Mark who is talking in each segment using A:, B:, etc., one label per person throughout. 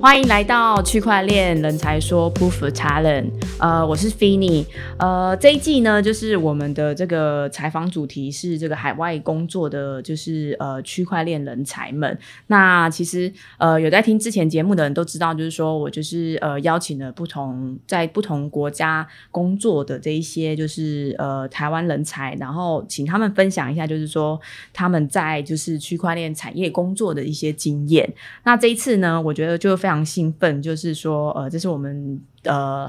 A: 欢迎来到区块链人才说 Proof of Talent，呃，我是 Finny，呃，这一季呢，就是我们的这个采访主题是这个海外工作的，就是呃区块链人才们。那其实呃有在听之前节目的人都知道，就是说我就是呃邀请了不同在不同国家工作的这一些就是呃台湾人才，然后请他们分享一下，就是说他们在就是区块链产业工作的一些经验。那这一次呢，我觉得就非常兴奋，就是说，呃，这是我们呃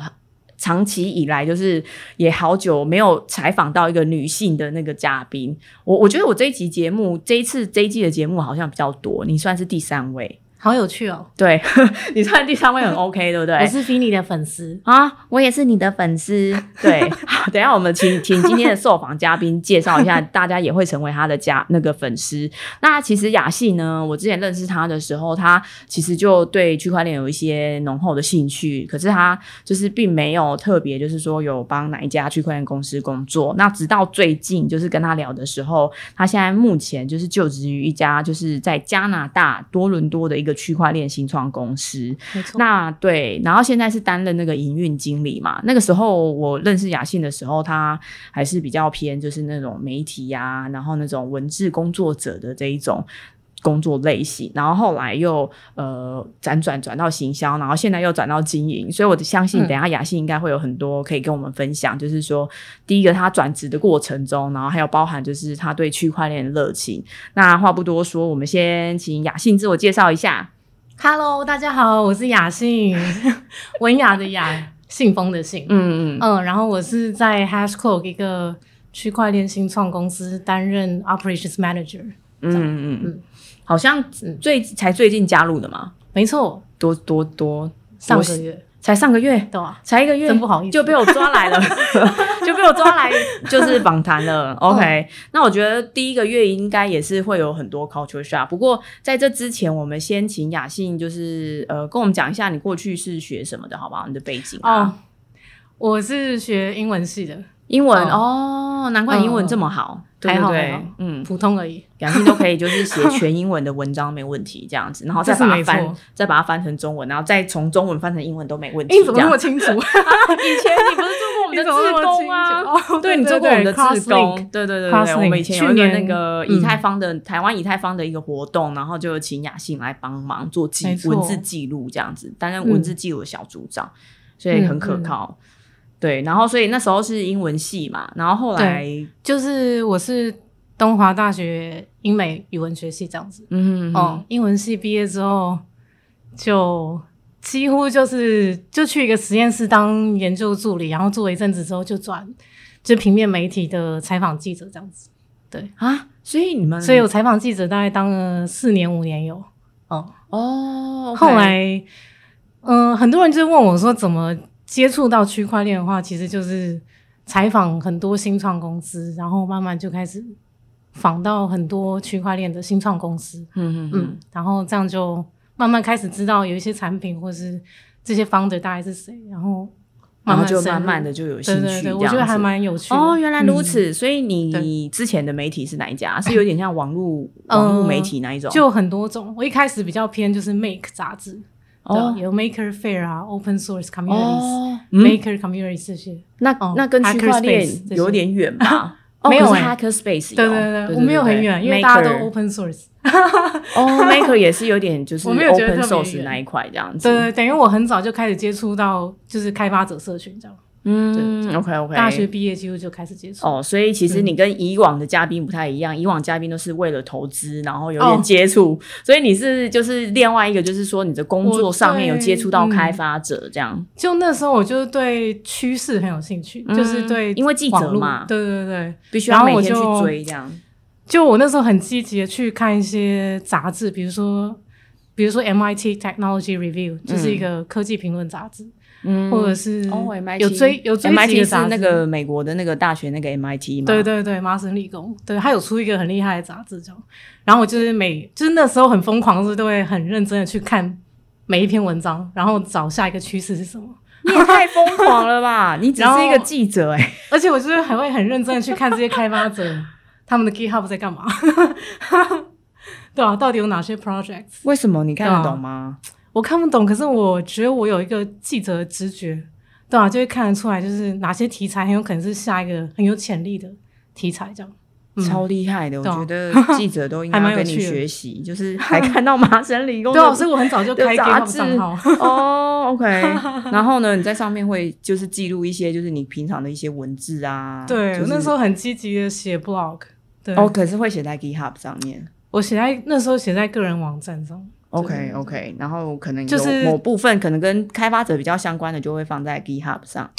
A: 长期以来就是也好久没有采访到一个女性的那个嘉宾。我我觉得我这一集节目，这一次这一季的节目好像比较多，你算是第三位，
B: 好有趣哦！
A: 对 你算第三位很 OK，对不对？
B: 我是 Finny 的粉丝，
A: 啊，我也是你的粉丝。对，好等一下我们请请今天的受访嘉宾介绍一下，大家也会成为他的家那个粉丝。那其实雅信呢，我之前认识他的时候，他其实就对区块链有一些浓厚的兴趣，可是他就是并没有特别就是说有帮哪一家区块链公司工作。那直到最近就是跟他聊的时候，他现在目前就是就职于一家就是在加拿大多伦多的一个区块链新创公司。
B: 没错。
A: 那对，然后现在是担任那个营运经理嘛。那个时候我认识雅信的时候，他还是比较偏就是那种媒体呀、然后那种文字工作者的这一种。工作类型，然后后来又呃辗转转到行销，然后现在又转到经营，所以我相信
B: 嗯
A: 等一下雅信应该会有很多可以跟我们分享，就是说第一个他转职的过程中，然后还有包含就是他对区块链的热情。那话不多说，我们先请雅信自我介绍一下。
B: Hello，大家好，我是雅信， 文雅的雅，信封的信。
A: 嗯嗯，
B: 嗯，然后我是在 Hashcode 一个区块链新创公司担任 Operations Manager。
A: 嗯嗯嗯
B: 嗯，
A: 好像最才最近加入的嘛，
B: 没错，
A: 多多多，
B: 上
A: 我
B: 个月
A: 才上个月，
B: 对啊，
A: 才一个月，
B: 真不好意思
A: 就被我抓来 了，就被我抓来就是访谈
B: 嗯
A: 了。OK，、那我觉得第一个月应该也是会有很多 culture shock。不过在这之前，我们先请雅信就是呃跟我们讲一下你过去是学什么的，好不好？你的背景啊，
B: 哦，我是学英文系的，
A: 英文哦难怪你英文这么好，对
B: 还
A: 不
B: 好
A: 对
B: 嗯还好？
A: 嗯，
B: 普通而已。
A: 两性都可以，就是写全英文的文章没问题，这样子，然后再把
B: 这是
A: 它
B: 没
A: 翻
B: 错，
A: 再把它翻成中文，然后再从中文翻成英文都没问题。
B: 诶你怎么
A: 这样
B: 那么清楚？
A: 以前你不是做过嗯啊 我们的志工啊？
B: 啊
A: 对你做过我们的志工，对对对对对，
B: Crosslink
A: 我们以前有一个
B: 去
A: 那
B: 年嗯
A: 个以太坊的、台湾以太坊的一个活动，然后就请雅信来帮忙做记
B: 没错嗯
A: 文字记录，这样子担任文字记录的小组长，所以很可靠。对，然后所以那时候是英文系嘛，然后后来
B: 就是我是东华大学英美语文学系这样子。
A: 嗯
B: 哦，英文系毕业之后，就几乎就是就去一个实验室当研究助理，然后做了一阵子之后就转就平面媒体的采访记者这样子。
A: 啊，所以你们
B: 所以我采访记者大概当了四年五年有。哦，
A: 哦，OK
B: 后来，嗯、很多人就问我说怎么接触到区块链的话，其实就是采访很多新创公司，然后慢慢就开始访到很多区块链的新创公司。
A: 嗯嗯嗯
B: 嗯，然后这样就慢慢开始知道有一些产品或是这些 founder 大概是谁，然后
A: 然
B: 慢
A: 后
B: 慢
A: 就
B: 深
A: 慢
B: 入
A: 慢的就有兴
B: 对
A: 趣，
B: 对
A: 这
B: 对，
A: 样
B: 我觉得
A: 子
B: 还蛮有趣的
A: 哦，原来如
B: 嗯
A: 此。所以你之前的媒体是哪一家？是有点像网络
B: 嗯
A: 网络媒体那一种？
B: 就很多种。我一开始比较偏就是 Make 杂志，
A: 哦
B: 对，有 Maker Fair 啊，Open Source Communities、
A: 哦，嗯，
B: Maker Communities 这些。
A: 那
B: 哦
A: 那跟区块链
B: Hackerspace 这些
A: 有点远吧？ 哦
B: 没有
A: 可是
B: 欸
A: Hacker Space，
B: 对
A: 对
B: 对对，我没有很远，因为大家都
A: Maker
B: Open Source。
A: 哦，Maker 也是有点就是
B: 我没有觉得
A: Open
B: 特别
A: Source
B: 远
A: 那一块这样子。
B: 对对，对等于我很早就开始接触到就是开发者社群这样，
A: 嗯，OK OK。
B: 大学毕业几乎就开始接触。
A: 哦，所以其实你跟以往的嘉宾不太一样，以往嘉宾都是为了投资，然后有
B: 哦
A: 点接触，所以你是就是另外一个，就是说你的工作
B: 我
A: 上面有
B: 对
A: 接触到
B: 嗯
A: 开发者这样，
B: 就那时候我就对趋势很有兴趣，就是对
A: 嗯因为记者
B: 网络
A: 嘛，
B: 对对对，
A: 必须要每天
B: 然后我
A: 去
B: 就
A: 追这样。
B: 就我那时候很积极的去看一些杂志，比如说比如说 MIT Technology Review，就是一个科技评论杂志，
A: 嗯
B: 或者是
A: 哦，MIT
B: 有追有追几
A: MIT
B: 个
A: 是
B: 杂志
A: 那个美国的那个大学那个 MIT 嘛？
B: 对对对，麻省理工，对他有出一个很厉害的杂志，这样。然后我就是每就是那时候很疯狂，是都会很认真的去看每一篇文章，然后找下一个趋势是什么。
A: 你也太疯狂了吧！你只
B: 然
A: 是
B: 后
A: 一个记者哎、
B: 而且我就是还会很认真的去看这些开发者他们的 GitHub 在干嘛， 对啊，到底有哪些 projects？
A: 为什么你看
B: 对
A: 得
B: 啊
A: 懂吗？
B: 我我看不懂，可是我觉得我有一个记者的直觉，对啊，就会看得出来，就是哪些题材很有可能是下一个很有潜力的题材，这样。嗯
A: 超厉害的，我
B: 对啊
A: 觉得 记者都应该
B: 还蛮
A: 要
B: 有
A: 跟你
B: 趣的
A: 学习，就是还看到麻省理工
B: 对啊，
A: 的
B: 所以我很早就开
A: 的杂
B: GitHub
A: 志
B: 账号。
A: 哦，OK、o k 然后呢，你在上面会就是记录一些就是你平常的一些文字啊，
B: 对，
A: 就是
B: 我那时候很积极的写 blog，对，
A: 哦，可是会写在 GitHub 上面。
B: 我写在那时候写在个人网站上，
A: OK OK，然后可能有
B: 就是
A: 某部分可能跟开发者比较相关的，就会放在 GitHub 上。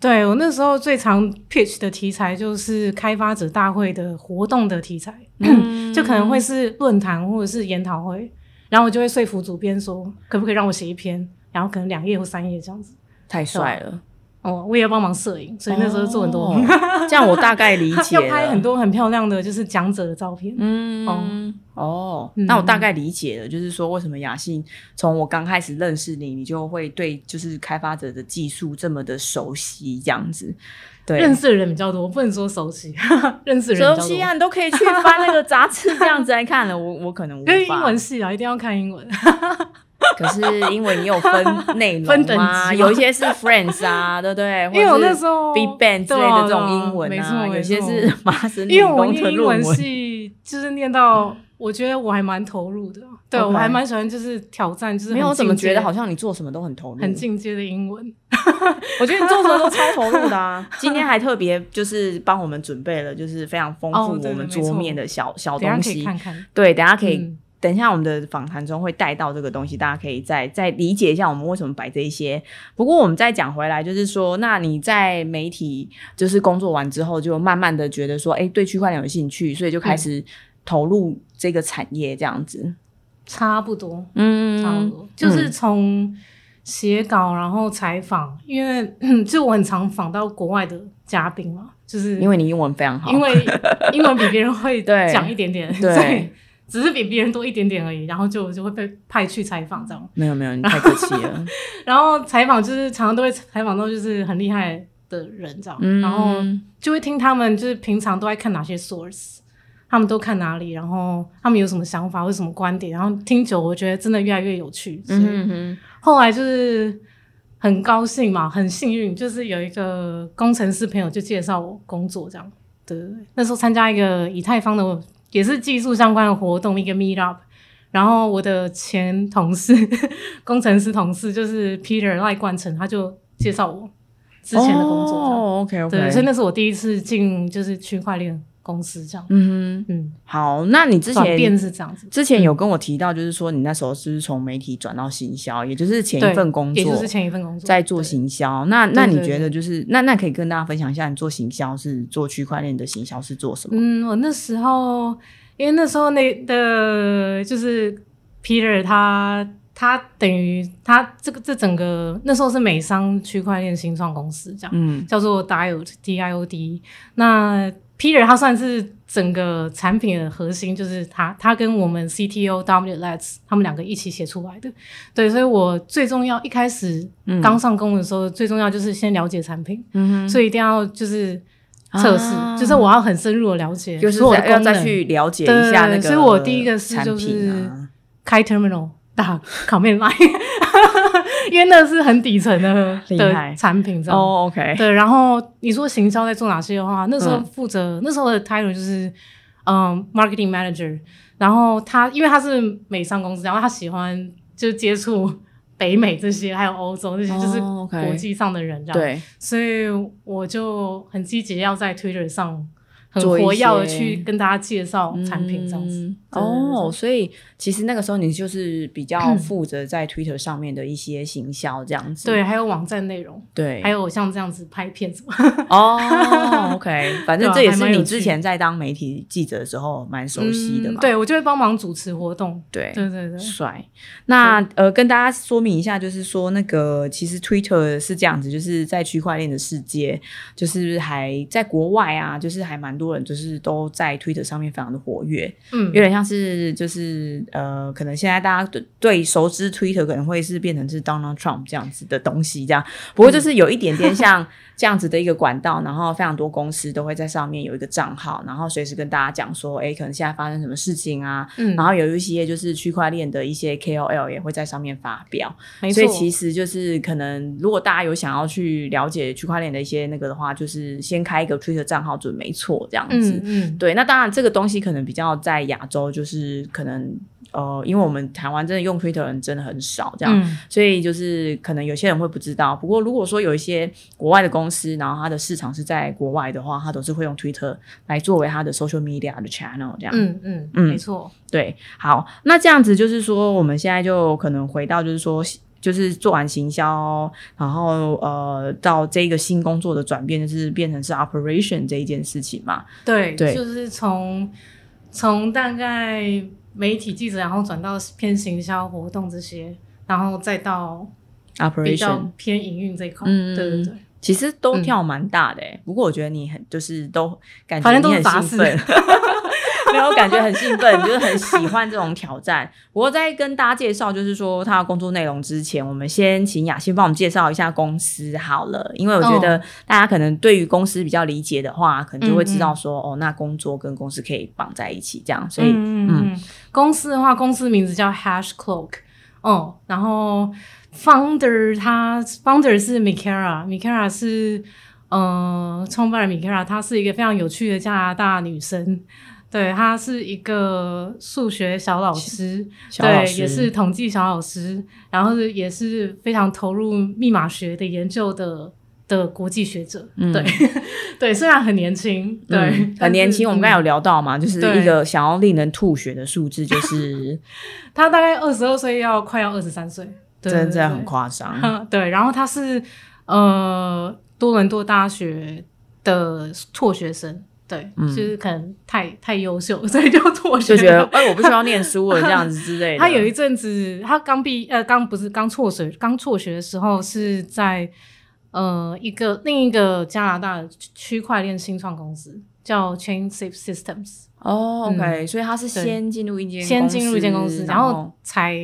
B: 对我那时候最常 pitch 的题材就是开发者大会的活动的题材，
A: 嗯
B: 就可能会是论坛或者是研讨会，然后我就会说服主编说，可不可以让我写一篇，然后可能两页或三页这样子。
A: 太帅了，
B: 哦，我也要帮忙摄影，所以那时候做很 多，
A: 哦这样我大概理解
B: 要
A: 了。
B: 拍很多很漂亮的就是讲者的照片。
A: 嗯哦，
B: 嗯
A: 那我大概理解了，就是说为什么雅信从我刚开始认识你，你就会对就是开发者的技术这么的熟悉，这样子。对，
B: 认识的人比较多，不能说熟悉， 认识的人
A: 熟
B: 比较
A: 悉
B: 多。
A: 啊，你都可以去翻那个杂志这样子来看了。我我可能无法，
B: 因为英文系啊，一定要看英文。
A: 可是英文也有分内容
B: 分等级
A: 啊，
B: 吗
A: 有一些是 Friends 啊， 对不对？
B: 因为我
A: 或者是
B: 那时候
A: Big Bang 之类
B: 对
A: 的
B: 啊
A: 这种英文
B: 没
A: 啊，
B: 错
A: 有
B: 没
A: 些
B: 错
A: 是 麻省理
B: 因为我
A: 工的
B: 念英
A: 论
B: 文
A: 文。
B: 系，就是念到，我觉得我还蛮投入的。对
A: OK
B: 我还蛮喜欢，就是挑战，就是
A: 没有，我
B: 很
A: 怎么
B: 进阶
A: 觉得好像你做什么都很投入，
B: 很进阶的英文。
A: 我觉得你做什 么都超投入的啊！ 今天还特别就是帮我们准备了，就是非常丰
B: 哦
A: 富
B: 对
A: 我们
B: 没错
A: 桌面的小小
B: 等一下
A: 东
B: 可以
A: 西。
B: 看看。
A: 对，等一下可以，
B: 嗯
A: 等一下我们的访谈中会带到这个东西，大家可以再再理解一下我们为什么摆这一些。不过我们再讲回来，就是说，那你在媒体就是工作完之后，就慢慢的觉得说，哎，对区块链有兴趣，所以就开始投入这个产业这样子。
B: 差不多，
A: 嗯，
B: 差不多，就是从写稿，然后采访，因为 就我很常访到国外的嘉宾嘛，就是
A: 因为你英文非常好，
B: 因为英文比别人会
A: 对
B: 讲一点点，
A: 对
B: 对，只是比别人多一点点而已，然后就就会被派去采访这样。
A: 没有没有，你太客气 了。
B: 然后采访就是常常都会采访到就是很厉害的人这样，
A: 嗯，
B: 然后就会听他们就是平常都在看哪些 source，他们都看哪里，然后他们有什么想法或者什么观点，然后听久我觉得真的越来越有趣，所以
A: 嗯哼
B: 后来就是很高兴嘛，很幸运，就是有一个工程师朋友就介绍我工作这样，对对对，那时候参加一个以太坊的也是技术相关的活动，一个 meet up。然后我的前同事， 工程师同事就是 Peter 赖冠成，他就介绍我之前的工作这样。
A: 哦，OK OK，
B: 对，所以那是我第一次进就是区块链公司这样，
A: 嗯
B: 嗯，
A: 哼，好，那你之
B: 转变嗯
A: 前
B: 是这样子，
A: 之前有跟我提到，就是说你那时候是不是从媒体转到行销，也就是前
B: 对
A: 一份工
B: 也
A: 作
B: 就是前一份工作
A: 在做
B: 对
A: 行销。那那
B: 对
A: 你
B: 对
A: 觉得就是那那可以跟大家分享一下，你做行销是做区块链的行销是做什么？
B: 嗯，我那时候因为那时候那的就是 Peter 他他等于他这个这整个那时候是美商区块链新创公司这样，
A: 嗯
B: 叫做 Diod D I O D。那 Peter 他算是整个产品的核心，就是他他跟我们 C T O Dominic Letts 他们两个一起写出来的。对，所以我最重要一开始
A: 嗯
B: 刚上工的时候，最重要就是先了解产品，
A: 嗯
B: 所以一定要就是测试，
A: 啊
B: 就是我要很深入的了解
A: 哼，就是
B: 所有
A: 在
B: 的
A: 要
B: 功能
A: 再去了解一下那
B: 对
A: 个、啊
B: 所以我第一个是就是开 terminal 打 command line，因为那是很底层的
A: 厉害
B: 的产品，知道吗？
A: 哦，OK，
B: 对，然后你说行销在做哪些的话，那时候
A: 嗯
B: 负责、那时候的 title 就是嗯 marketing manager，然后他因为他是美商公司，然后他喜欢就接触北美这些，还有欧洲这些，就是
A: 哦，OK
B: 国际上的人这样。
A: 对，
B: 所以我就很积极要在 Twitter 上很
A: 做一
B: 活跃的
A: 些
B: 去跟大家介绍产品这样嗯子。
A: 嗯
B: 对对对
A: 哦，所以其实那个时候你就是比较负责在 Twitter 上面的一些行销这样子。
B: 对，还有网站内容，
A: 对，
B: 还有像这样子拍片什么，
A: 哦，OK，反正
B: 对啊
A: 这也
B: 还
A: 是
B: 蛮有
A: 你
B: 趣
A: 之前在当媒体记者的时候蛮熟悉的
B: 嗯
A: 嘛。
B: 对，我就会帮忙主持活动。
A: 对
B: 对对对，
A: 帅。那呃，跟大家说明一下，就是说那个其实 Twitter 是这样子，就是在区块链的世界，就是还在国外啊，就是还蛮多人就是都在 Twitter 上面非常的活跃，
B: 嗯
A: 有点像是就是呃，可能现在大家对对熟知 Twitter 可能会是变成是 Donald Trump 这样子的东西，这样。不过
B: 嗯
A: 就是有一点点像这样子的一个管道，然后非常多公司都会在上面有一个账号，然后随时跟大家讲说，哎，可能现在发生什么事情啊。
B: 嗯，
A: 然后有一些就是区块链的一些 KOL 也会在上面发表，
B: 没
A: 所
B: 错，
A: 以其实就是可能如果大家有想要去了解区块链的一些那个的话，就是先开一个 Twitter 账号准没错这样子。
B: 嗯嗯，
A: 对，那当然这个东西可能比较在亚洲，就是可能呃，因为我们台湾真的用 Twitter 的人真的很少，这样，
B: 嗯
A: 所以就是可能有些人会不知道。不过如果说有一些国外的公司，然后它的市场是在国外的话，它都是会用 Twitter 来作为它的 social media 的 channel 这样。
B: 嗯嗯
A: 嗯
B: 嗯，没错，
A: 对，好，那这样子就是说，我们现在就可能回到就是说。就是做完行销，然后呃，到这个新工作的转变，就是变成是 operation 这一件事情嘛。
B: 对，
A: 对
B: 就是从从大概媒体记者，然后转到偏行销活动这些，然后再到比
A: operation
B: 较偏营运这一块，
A: 嗯
B: 对对对，
A: 其实都
B: 嗯
A: 跳蛮大的、欸不过我觉得你很就是都感觉
B: 反正
A: 你
B: 都是
A: 很
B: 杂
A: 兴
B: 事
A: 奋， 没有感觉很兴奋，就是很喜欢这种挑战。我在跟大家介绍就是说他的工作内容之前，我们先请雅欣帮我们介绍一下公司好了，因为我觉
B: 哦
A: 得大家可能对于公司比较理解的话，可能就会知
B: 嗯
A: 道说哦，那工作跟公司可以绑在一起这样，所以
B: 嗯嗯嗯，公司的话，公司名字叫 Hash Cloak，哦，然后 founder 他 founder 是 Mikara，Mikara 是呃创办人 Mikara，她是一个非常有趣的加拿大女生，对，她是一个数学小老师，
A: 小老
B: 对，
A: 师
B: 也
A: 嗯
B: 是统计小老师，然后是也是非常投入密码学的研究的。的国际学者，
A: 嗯
B: 对 对，虽然很年轻，对，
A: 嗯
B: 但
A: 很
B: 是
A: 年轻。我们刚才有聊到嘛，就是
B: 对
A: 一个想要令人吐血的数字，就是
B: 他大概二十二岁，要快要二十三岁， 对
A: 真的很
B: 对
A: 夸张。
B: 对 对，然后他是呃多伦多大学的辍学生，对，
A: 嗯
B: 就是可能太太优秀，所以就辍学
A: 就觉
B: 了。
A: 得 哎、我不需要念书了这样子之类的。
B: 他有一阵子，他刚毕呃刚不是刚辍学，刚辍学的时候是在呃一个另一个加拿大的区块链新创公司叫 Chain Safe Systems，
A: 哦，OK，、所以他是先进入一间
B: 先进入一间公司，
A: 然
B: 然后才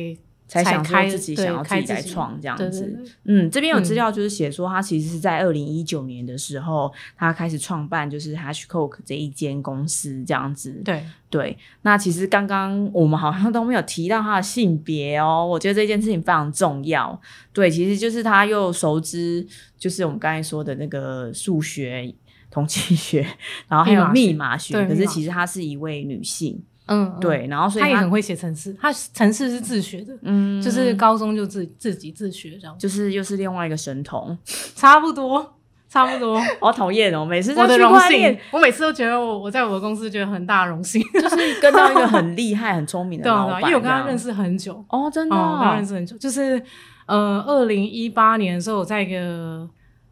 A: 才想说
B: 开
A: 自己
B: 对
A: 想要自
B: 开
A: 己来创这样
B: 对
A: 子。
B: 对对
A: 嗯，这边有资料就是写说，他其实是在二零一九年的时候，他开始创办就是 HashCoke 这一间公司这样子。
B: 对，
A: 对，那其实刚刚我们好像都没有提到他的性别哦，我觉得这件事情非常重要。对，其实就是他又熟知，就是我们刚才说的那个数学、统计学，然后还有密
B: 密
A: 码学。
B: 对
A: 可
B: 密
A: 是
B: 码
A: 其实她是一位女性，
B: 嗯，嗯
A: 对，然后所
B: 他
A: 以
B: 也
A: 她
B: 很会写程式，他程式是自学的，
A: 嗯，
B: 就是高中就自自己自学这样，
A: 就是又是另外一个神童，
B: 差不多，差不 多。
A: 好讨厌哦！每次在
B: 我的
A: 区
B: 荣
A: 块
B: 幸
A: 链，
B: 我每次都觉得我我在我的公司觉得很大的荣幸，
A: 就是 跟到一个很厉害、很聪明的
B: 对
A: 老
B: 啊对啊，
A: 板，
B: 因为我跟他认
A: 识
B: 识很久，
A: 哦，真的
B: 哦，我跟他
A: 哦、
B: 认识很久，就是呃，二零一八年的时候，我在一个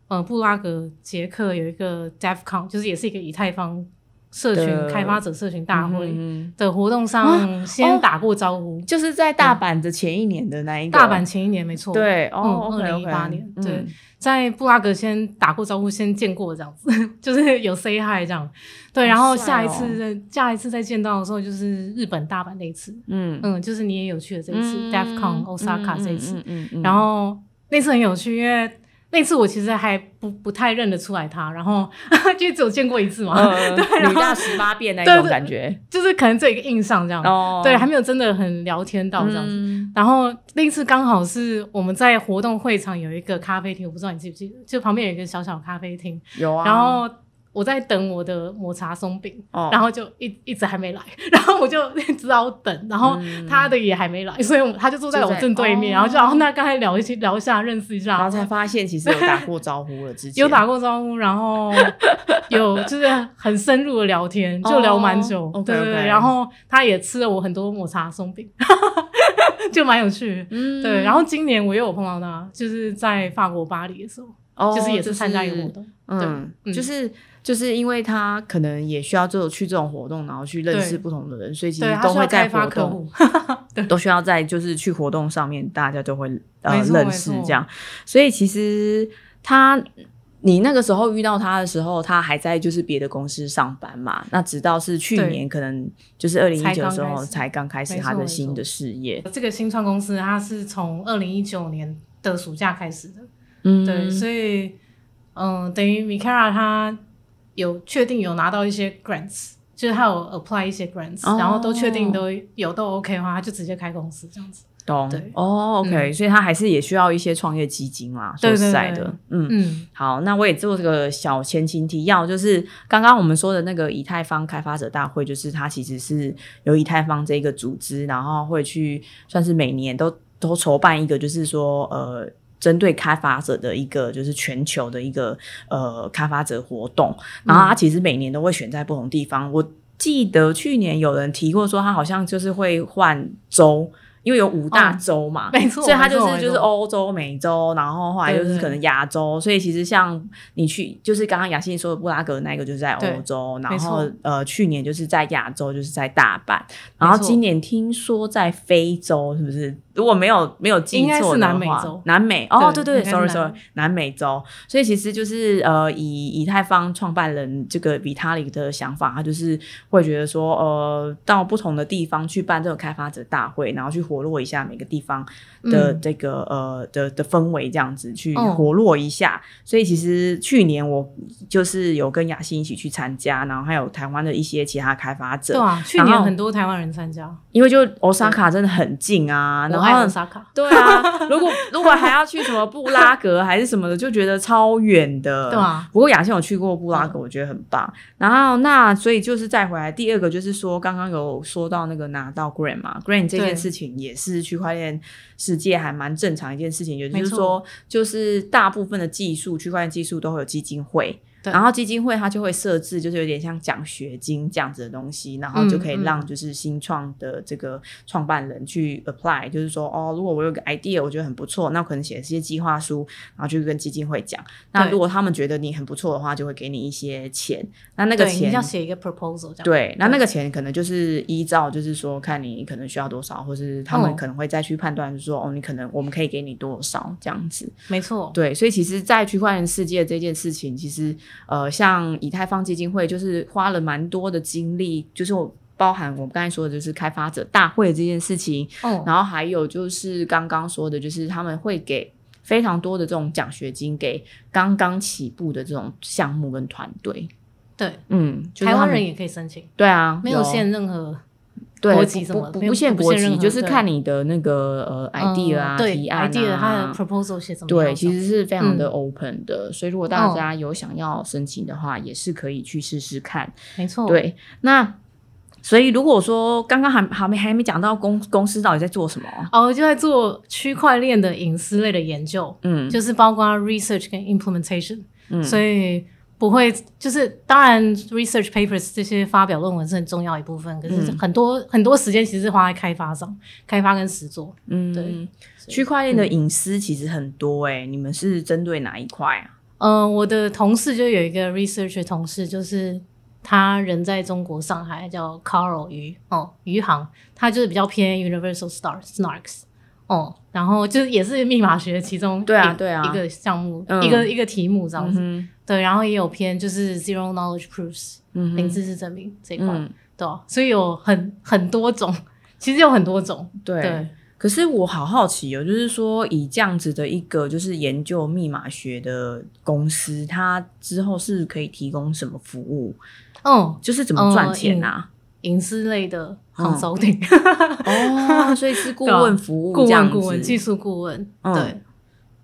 B: 呃布拉格捷克有一个 DevCon，就是也是一个以太坊社群
A: 的
B: 开发者社群大会
A: 嗯啊哦
B: 的活动上先打过招呼，
A: 就是在大阪的前一年的那一个
B: 大阪前一年没错，
A: 对，哦，
B: 嗯
A: OK，OK，
B: 2018年
A: 嗯
B: 对，在布拉格先打过招呼，先见过这样子， 就是有 say hi 这样。对，
A: 好
B: 然后
A: 帅
B: 下
A: 哦
B: 一次再、下一次再见到的时候，就是日本大阪那一次，
A: 嗯，
B: 嗯，就是你也有去的这一次、d e f c o n Osaka 这一次，
A: 嗯，嗯嗯嗯
B: 然后那次很有趣，因为。那次我其实还不不太认得出来他，然后 就只有见过一次 嘛，
A: 呃，
B: 对，然
A: 女大
B: 后
A: 十八变那一种
B: 对对
A: 感觉，
B: 就是可能这一个印象这样，
A: 哦，
B: 对，还没有真的很聊天到这样子。
A: 嗯
B: 然后那一次刚好是我们在活动会场有一个咖啡厅，我不知道你记不记得，就旁边有一个小小咖啡厅。
A: 有啊，
B: 然后我在等我的抹茶松饼，
A: 哦
B: 然后就一一直还没来， 然后我就只好等，然后他的也还没来，所以我他就坐在我正对面，
A: 嗯就在
B: 然后就哦，那刚才聊一些聊一下，认识一
A: 然后
B: 下。
A: 才发现其实有打过招呼了，之前
B: 有打过招呼，然后 有就是很深入的聊天，就聊蛮久
A: 哦
B: 对
A: OK，OK
B: 对对。然后他也吃了我很多抹茶松饼， 就蛮有趣的。
A: 嗯
B: 对，然后今年我又有碰到他，就是在法国巴黎的时候，
A: 哦
B: 就是也是参加一个活，动。
A: 嗯，
B: 对嗯
A: 就是。就是因为他可能也需要就去这种活动，然后去认识
B: 对
A: 不同的人，所以其
B: 对，
A: 实
B: 他
A: 都
B: 需要
A: 会在
B: 开
A: 活
B: 发客
A: 动，
B: 户。
A: 都需要在就是去活动上面，大家就会呃
B: 没错
A: 认识
B: 没错
A: 这样。所以其实他你那个时候遇到他的时候，他还在就是别的公司上班嘛？那直到是去
B: 对
A: 年，可能就是二零一
B: 才
A: 九
B: 刚
A: 的时
B: 开
A: 候
B: 始
A: 才刚开始
B: 没
A: 他
B: 错
A: 的
B: 没
A: 新
B: 错
A: 的事业。
B: 这个新创公司它是从二零一九年的暑假开始的，
A: 嗯，
B: 对，所以嗯、等于 Mikara 他有确定有拿到一些 grants，就是他有 apply 一些 grants，、
A: 哦
B: 然后都确定都有都 OK 的话，他就直接开公司这样子。
A: 懂
B: 对嗯
A: 哦，OK，、所以他还是也需要一些创业基金啦。说
B: 对对
A: 实在
B: 对
A: 的，嗯。
B: 嗯，
A: 好，那我也做这个小前情提要，就是刚刚我们说的那个以太坊开发者大会，就是它其实是由以太坊这个组织，然后会去算是每年都都筹办一个，就是说呃。针对开发者的一个就是全球的一个呃开发者活动，然
B: 嗯
A: 后它其实每年都会选在不同地方。我记得去年有人提过说，它好像就是会换州，因为有五大
B: 哦
A: 州嘛，
B: 没错，
A: 所以它
B: 没错
A: 就是就是，
B: 没错
A: 欧洲、美洲，然后后来
B: 对
A: 就
B: 对
A: 是可能亚洲，所以其实像你去，就是刚刚雅欣说的布拉格那个就是在
B: 对
A: 欧洲，然
B: 没错
A: 后呃去年就是在亚洲，就是在大阪，然后
B: 没错
A: 今年听说在非洲，是不是？如果没有没有记
B: 应该
A: 错
B: 是
A: 的话，
B: 南美洲
A: 南美哦，对
B: 对
A: 对
B: 应
A: ，sorry
B: 该是南
A: sorry，南美洲，所以其实就是呃，以以太坊创办人这个比塔里的想法，他就是会觉得说，呃，到不同的地方去办这个开发者大会，然后去活络一下每个地方的
B: 嗯
A: 这个、呃的的氛围，这样子去
B: 哦
A: 活络一下。所以其实去年我就是有跟雅欣一起去参加，然后还有台湾的一些其他开发
B: 对
A: 者，
B: 啊，去
A: 然
B: 年
A: 后
B: 很多台湾人参加，
A: 因为就 Osaka 真的很近啊，然
B: 我爱
A: 后
B: Osaka，
A: 对啊，如果如果还要去什么布拉格还是什么的，就觉得超远的。
B: 对啊，
A: 不过雅欣有去过布拉格，我觉得很棒。然后那所以就是再回来，第二个就是说，刚刚有说到那个拿到 grant 嘛，grant 这件
B: 对
A: 事情也是区块链世界还蛮正常一件事情，也就
B: 没
A: 是
B: 错
A: 说，就是大部分的技术，区块链技术都会有基金会。
B: 对
A: 然后基金会它就会设置，就是有点像奖学金这样子的东西，然后就可以
B: 嗯嗯
A: 让就是新创的这个创办人去 apply，就是说哦，如果我有个 idea，我觉得很不错，那我可能写一些计划书，然后就跟基金会讲。那
B: 对
A: 如果他们觉得你很不错的话，就会给你一些钱。那那个
B: 对，你
A: 钱
B: 要写一个 proposal 这样。
A: 对，那那个钱可能就是依照，就是说看你可能需要多少，或是他们
B: 哦
A: 可能会再去判断，就是说哦，你可能我们可以给你多少这样子。
B: 没错，
A: 对，所以其实，在区块链世界这件事情，其实呃，像以太坊基金会就是花了蛮多的精力，就是我包含我们刚才说的，就是开发者大会这件事情，
B: 哦，
A: 然后还有就是刚刚说的，就是他们会给非常多的这种奖学金给刚刚起步的这种项目跟团队。
B: 对，
A: 嗯，就是
B: 台
A: 他
B: 湾
A: 们
B: 人也可以申请，
A: 对啊，
B: 没有限任何，
A: 对
B: 国籍什
A: 不
B: 么
A: 不
B: 没有
A: 不限
B: 不
A: 国
B: 限任
A: 籍，
B: 何
A: 就是
B: 对
A: 看你的那个呃 idea 啊、
B: 嗯对
A: 提案啊
B: idea 它的 proposal 写什么样这
A: 对，
B: 样？
A: 其实是非常的
B: 哦嗯哦
A: open 的，所以如果大家有想要申请的话，也是可以去试试看。
B: 没错，，
A: 对，那所以如果说刚刚还还没还没讲到公公司到底在做什么，
B: 哦，我就在做区块链的隐私类的研究，
A: 嗯，
B: 就是包括 research 跟 implementation，、
A: 嗯
B: 所以不会就是当然 research papers 这些发表论文是很重要一部分，可是
A: 嗯
B: 很多、很多时间其实是花在开发上，开发跟实作。
A: 嗯，
B: 对，所以嗯
A: 区块链的隐私其实很多哎、你们是针对哪一块啊？
B: 嗯、我的同事就有一个 research 的同事，就是他人在中国上海，叫 Carl 余哦，余航，他就是比较偏 Universal Star Snarks 哦，然后就是也是密码学其中
A: 对啊
B: 一
A: 对啊
B: 一个项目，
A: 嗯
B: 一个一个题目这样子。
A: 嗯
B: 对，然后也有偏就是 zero knowledge proofs
A: 嗯
B: 零知识证明这一块，
A: 嗯，
B: 对啊、所以有很很多种，其实有很多种，
A: 对。
B: 对，
A: 可是我好好奇哦，就是说以这样子的一个就是研究密码学的公司，它之后是可以提供什么服务？
B: 嗯，
A: 就是怎么赚钱啊？
B: 隐私类的
A: 嗯
B: consulting，、
A: 哦，所以是顾问服务，
B: 顾
A: 这样
B: 问、
A: 子
B: 顾问、技术顾问，
A: 嗯
B: 对，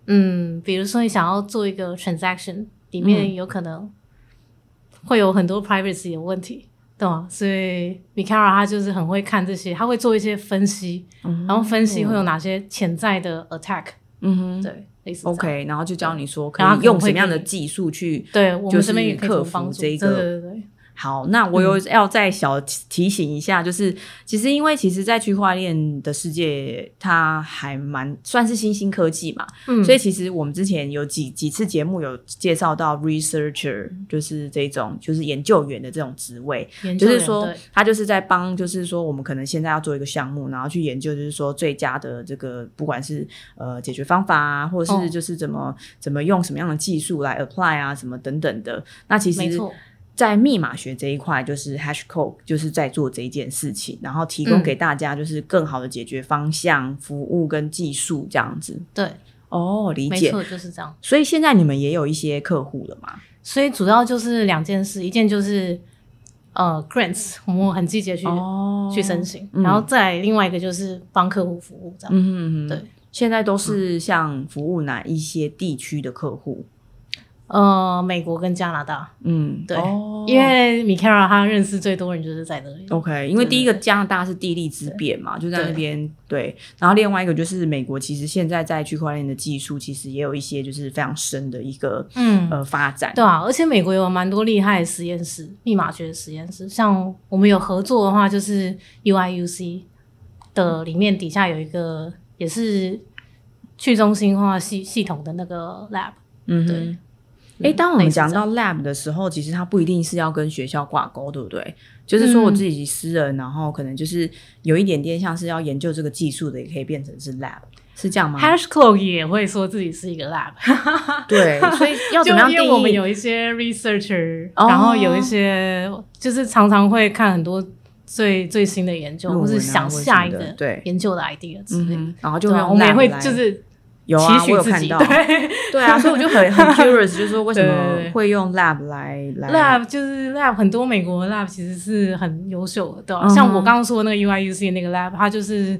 B: 嗯，比如说你想要做一个 transaction，里
A: 嗯
B: 面有可能会有很多 privacy 的问题，对吗？所以 Mikara 他就是很会看这些，他会做一些分析，
A: 嗯
B: 然后分析会有哪些潜在的 attack，、
A: 嗯哼
B: 对，类似这样
A: ，OK，然后就教你说可
B: 然后
A: 以
B: 可能
A: 用
B: 会
A: 什么样
B: 给
A: 的
B: 你
A: 技术去
B: 对我
A: 就
B: 们
A: 是
B: 这边也可以
A: 克
B: 做
A: 服
B: 帮助，
A: 这
B: 对
A: 个
B: 对对对
A: 好，那我有要再小提醒一下，就是、其实因为其实，在区块链的世界，它还蛮算是新兴科技嘛，
B: 嗯
A: 所以其实我们之前有几几次节目有介绍到 researcher，就是这种就是研究员的这种职位，
B: 研究
A: 就是
B: 员
A: 说
B: 对
A: 他就是在帮，就是说我们可能现在要做一个项目，然后去研究，就是说最佳的这个不管是呃解决方法啊，或者
B: 哦
A: 是就是怎么、怎么用什么样的技术来 apply 啊，什么等等的。那其
B: 没
A: 实
B: 错。
A: 在密码学这一块，就是 HashCode 就是在做这一件事情，然后提供
B: 嗯
A: 给大家就是更好的解决方向、服务跟技术这样子。
B: 对，
A: 哦，理
B: 没
A: 解。
B: 错，就是这样。
A: 所以现在你们也有一些客户了嘛？
B: 所以主要就是两件事，一件就是呃 grants，我们很积极地去、
A: 哦
B: 去申请，
A: 嗯
B: 然后再来另外一个就是帮客户服务这样。
A: 嗯哼哼，
B: 对。嗯
A: 现在都是像服务哪一些地区的客户？
B: 呃，美国跟加拿大，
A: 嗯，
B: 对
A: 哦
B: 因为 Mikara 他认识最多人就是在那里。
A: OK，因为
B: 对
A: 第一个加拿大是地利之便嘛，就在那边对，然后另外一个就是美国，其实现在在区块链的技术其实也有一些就是非常深的一个、
B: 嗯，
A: 呃发展。
B: 对啊，而且美国有蛮多厉害的实验室，密码学的实验室，像我们有合作的话，就是 UIUC 的里面底下有一个也是去中心化系系统的那个 lab，
A: 嗯
B: 对
A: 哼。诶，当我们
B: 类似
A: 讲
B: 这
A: 到 lab 的时候，其实它不一定是要跟学校挂钩，对不对？就是说我
B: 嗯
A: 自己私人，然后可能就是有一点点像是要研究这个技术的，也可以变成是 lab，是这样吗？
B: Hashcode 也会说自己是一个 lab，
A: 对， 所以要怎
B: 就
A: 么样
B: 因
A: 定
B: 为我们
A: 义？
B: 有一些 researcher，、
A: 哦
B: 然后有一些就是常常会看很多最最新的研究，
A: 论
B: 或
A: 文啊
B: 是想下一
A: 或者什么的
B: 个
A: 对
B: 研究的 idea 之
A: 嗯
B: 类的。
A: 哼，然后就
B: 对
A: 会
B: 啊，
A: 用
B: 我们也
A: lab
B: 会
A: 来
B: 就是
A: 有
B: 期
A: 啊，我
B: 许
A: 有
B: 自
A: 看
B: 己。
A: 到，
B: 对
A: 对啊，所以我就很 很 curious，就是说为什
B: 对对
A: 么
B: 对
A: 会用 lab 来来
B: lab 就是 lab，很多美国的 lab 其实是很优秀的，对吧、啊
A: 嗯哼
B: 像我刚刚说的那个 UIUC 那个 lab，它就是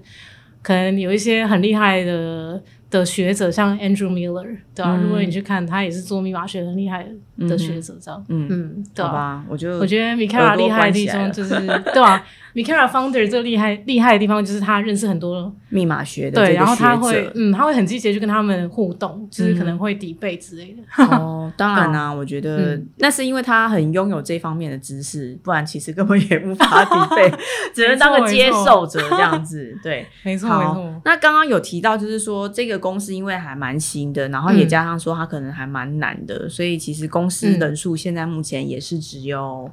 B: 可能有一些很厉害的的学者，像 Andrew Miller，对吧、
A: 嗯
B: 如果你去看，他也是做密码学很厉害的学者，这样，
A: 嗯
B: 嗯，对
A: 好
B: 吧、
A: 吧，我就
B: 我觉得米凯
A: 耳
B: 尔
A: 朵
B: 厉害
A: 关
B: 的
A: 起
B: 地
A: 来了
B: 方就是 对吧、米凯尔 founder 最厉害厉害的地方就是他认识很多
A: 密码学的这
B: 对，
A: 个
B: 然后他
A: 学
B: 会
A: 者 嗯
B: 嗯，他会很积极地去跟他们互动，就是可能会 debate 之类的。
A: 哦，当然啦、我觉得
B: 嗯
A: 那是因为他很拥有这方面的知识，不然其实根本也无法抵 背，只能当个接受者这样子。对，
B: 没错没
A: 好
B: 错，，
A: 那刚刚有提到，就是说这个公司因为还蛮新的，然后也加上说它可能还蛮难的，所以其实公司
B: 嗯
A: 人数现在目前也是只有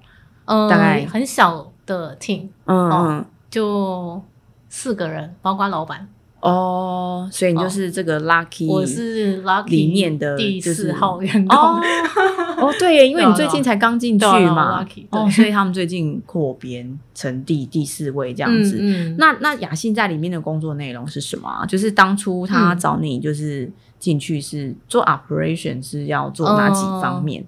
B: 嗯，
A: 大概
B: 很小的 team，
A: 嗯嗯
B: 哦就四个人，包括老板。
A: 哦，所以你就
B: 哦
A: 是这个 lucky，
B: 我是 Lucky
A: 里面的
B: 第
A: 就是
B: 四号员工。 嗯
A: 哦哦，对耶，因为
B: 对啊
A: 你最近才刚进去
B: 对啊对啊
A: 嘛
B: ，lucky，，对
A: 哦，所以他们最近扩编成第第四位这样子。
B: 嗯嗯，
A: 那那雅欣在里面的工作内容是什么啊？就是当初他找你，就是进去是做 operation 是要做哪几
B: 嗯
A: 方面？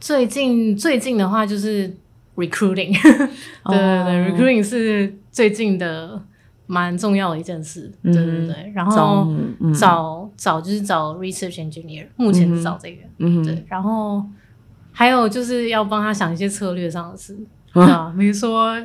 B: 最近最近的话就是 recruiting，
A: 哦
B: 对对对、r e c r u i t i n g 是最近的蛮重要的一件事。
A: 嗯
B: 对对对，然
A: 招
B: 后
A: 募嗯
B: 哦找找就是找 research engineer，目前是找这个。
A: 嗯
B: 对，然后还有就是要帮他想一些策略上的事，
A: 啊
B: 对啊，比如说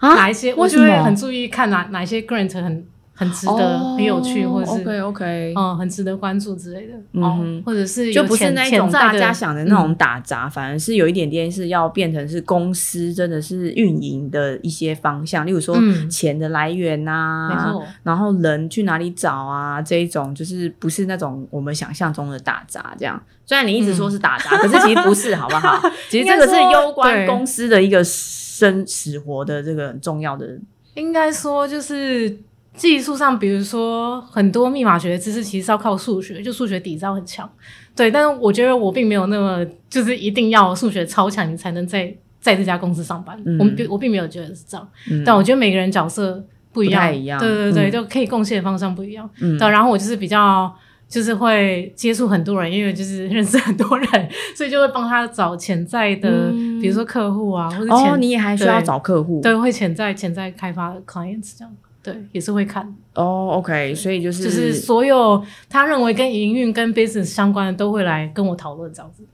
B: 哪
A: 啊
B: 一些，
A: 为
B: 我
A: 什
B: 就会
A: 么哦
B: 很注意看哪哪一些 grant 很很值得、很有趣，或者是
A: OK OK，
B: 嗯很值得关注之类的，
A: 嗯哼
B: 哦，或者是
A: 就
B: 有
A: 不是
B: 潜
A: 那一
B: 潜
A: 种
B: 在
A: 大
B: 的嗯
A: 家想的那种打杂，反而是有一点点是要变成是公司真的是运营的一些方向，例如说
B: 嗯
A: 钱的来源呐、
B: 没错，
A: 然后人去哪里找啊？这一种就是不是那种我们想象中的打杂这样。虽然你一直说是打杂，可是其实不是，好不 好？其实这个是攸关
B: 嗯应该说对
A: 公司的一个生死活的这个很重要的。
B: 应该说就是。技术上，比如说很多密码学的知识其实是要靠数学，就数学底子要很强，对。但是我觉得我并没有那么就是一定要数学超强，你才能在在这家公司上班。
A: 嗯
B: 我们并我并没有觉得是这样。
A: 嗯，
B: 但我觉得每个人角色不一
A: 不太
B: 样，
A: 一样
B: 对对
A: 嗯
B: 对，就可以贡献的方向不一样。
A: 嗯
B: 对，然后我就是比较就是会接触很多人，因为就是认识很多人，所以就会帮他找潜在的，
A: 嗯
B: 比如说客户啊，或者潜、
A: 哦，你也还需要
B: 对
A: 找客户
B: 对会潜在潜在开发的 clients 这样。对，也是会看，
A: 哦。OK，所以就是
B: 就是所有他认为跟营运、跟 business 相关的都会来跟我讨论这样子。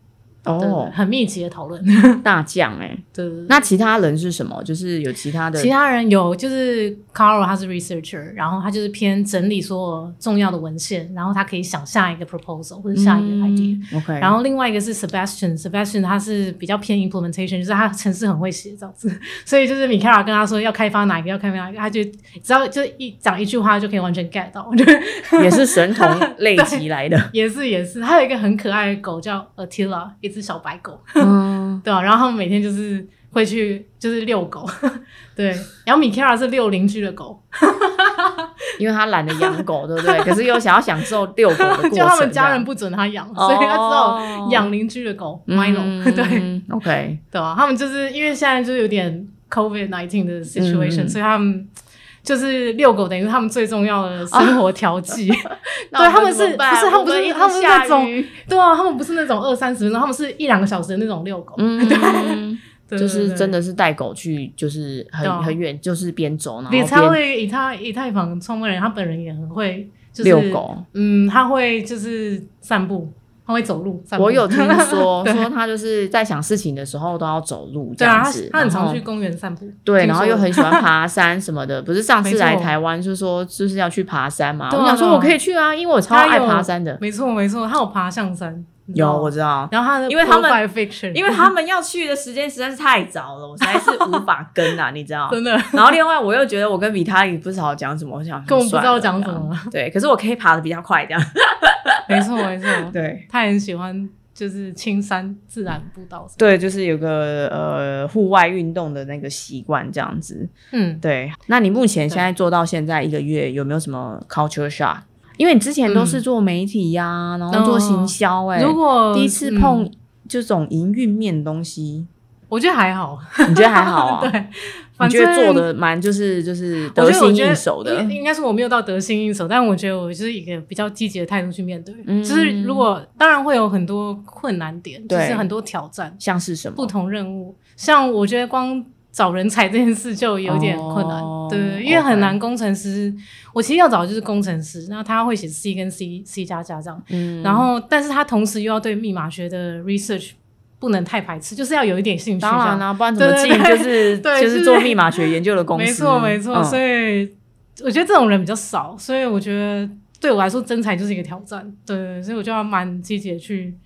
B: 对
A: 哦，
B: 很密集的讨论。
A: 大将哎，
B: 对对对。
A: 那其他人是什么？就是有其他的
B: 其他人有就是 Carl，他是 researcher，然后他就是偏整理所有重要的文献，然后他可以想下一个 proposal 或者下一个 idea。
A: 嗯 OK，
B: 然后另外一个是 Sebastian，Sebastian 他是比较偏 implementation，就是他城市很会写这样子，所以就是 Mikara 跟他说要开发哪一个，要开发哪一个，他就只要就一讲一句话就可以完全 get 到。就是
A: 也是神 童类级来的。
B: 也是也是，还有一个很可爱的狗叫 Attila，一只小白狗。
A: 嗯，
B: 对啊，然后他们每天就是会去就是遛狗，对，然后米 Kara 是遛邻居的狗，
A: 因为他懒得养狗，对不 对？可是又想要享受遛狗的过程，
B: 就他们家人不准他养，
A: 哦
B: 所以他只好养邻居的狗
A: 嗯
B: Milo，、对
A: 对，OK，
B: 对啊，他们就是因为现在就是有点 COVID nineteen 的 situation，、
A: 嗯
B: 所以他们。就是遛狗，等于是他们最重要的生活调剂。
A: 嗯 那
B: 他们
A: 怎么
B: 是
A: 办
B: 不是他们
A: 我
B: 不是
A: 一直
B: 他们是
A: 下
B: 那种
A: 雨
B: 对啊，他们不是那种二三十分钟，他们是一两个小时的那种遛狗。
A: 嗯，
B: 对
A: 就是真
B: 的。
A: 的是带狗去，就是
B: 对
A: 很
B: 啊
A: 很远，就是边走然后
B: 李超
A: 边
B: 伟以他以太坊创办人，他本人也很会，就是
A: 遛狗。
B: 嗯，他会就是散步，他会走路。散步
A: 我有 听说
B: 对
A: 说他就是在想事情的时候都要走路这
B: 对啊，
A: 样
B: 他
A: 子，
B: 他很
A: 然
B: 常
A: 后
B: 去公园散步。
A: 对，
B: 听
A: 然后
B: 说
A: 又很喜欢爬山什 么的。不是上次
B: 没错
A: 来台湾就说就是要去爬山嘛，
B: 对啊啊
A: 我想说
B: 对啊
A: 我可以去啊，因为我超爱爬山的。
B: 没错没错，他有爬象山。你知
A: 有
B: 道吗
A: 我知道，
B: 然后他的
A: 因为他们
B: profile fiction，
A: 因为 他们要去的时间实在是太早了，我实在是无法跟 啊，你知道。
B: 真的
A: 然后另外我又觉得我跟米塔里不知道讲什么，我想
B: 根本不知道
A: 算了
B: 讲什么。
A: 对，可是我可以爬的比较快，这样。
B: 没错没错，
A: 对
B: 他很喜欢就是青山自然步道。
A: 对，就是有个呃户外运动的那个习惯这样子。
B: 嗯，
A: 对，那你目前现在做到现在一个月，有没有什么 culture shock？因为你之前都是做媒体呀、然后做行销、欸，哎、
B: 嗯如果
A: 第一次
B: 嗯
A: 碰这种营运面的东西，
B: 我觉得还好，
A: 你觉得还好啊？
B: 对，
A: 你
B: 反
A: 觉得
B: 正
A: 做的蛮就是就是
B: 我
A: 得
B: 觉得我
A: 心
B: 觉得
A: 应手的
B: 应，应该是我没有到得心应手，但我觉得我就是一个比较积极的态度去面对。
A: 嗯
B: 就是如果当然会有很多困难点，就
A: 对
B: 是很多挑战，
A: 像是什么？
B: 不同任务。像我觉得光找人才这件事就有点困难，
A: 哦
B: 对，因为
A: OK
B: 很难。工程师，我其实要找的就是工程师，那他会写 C 跟 C C 加加这样，
A: 嗯
B: 然后但是他同时又要对密码学的 research 不能太排斥，就是要有一点兴趣这
A: 当
B: 样。
A: 然啦、不然怎么
B: 对
A: 进
B: 对对
A: 就是
B: 对
A: 就
B: 就是是
A: 做密码学研究的公司？
B: 没错，没错。
A: 嗯
B: 所以我觉得这种人比较少，所以我觉得对我来说，真才就是一个挑战。对，所以我就要蛮积极的去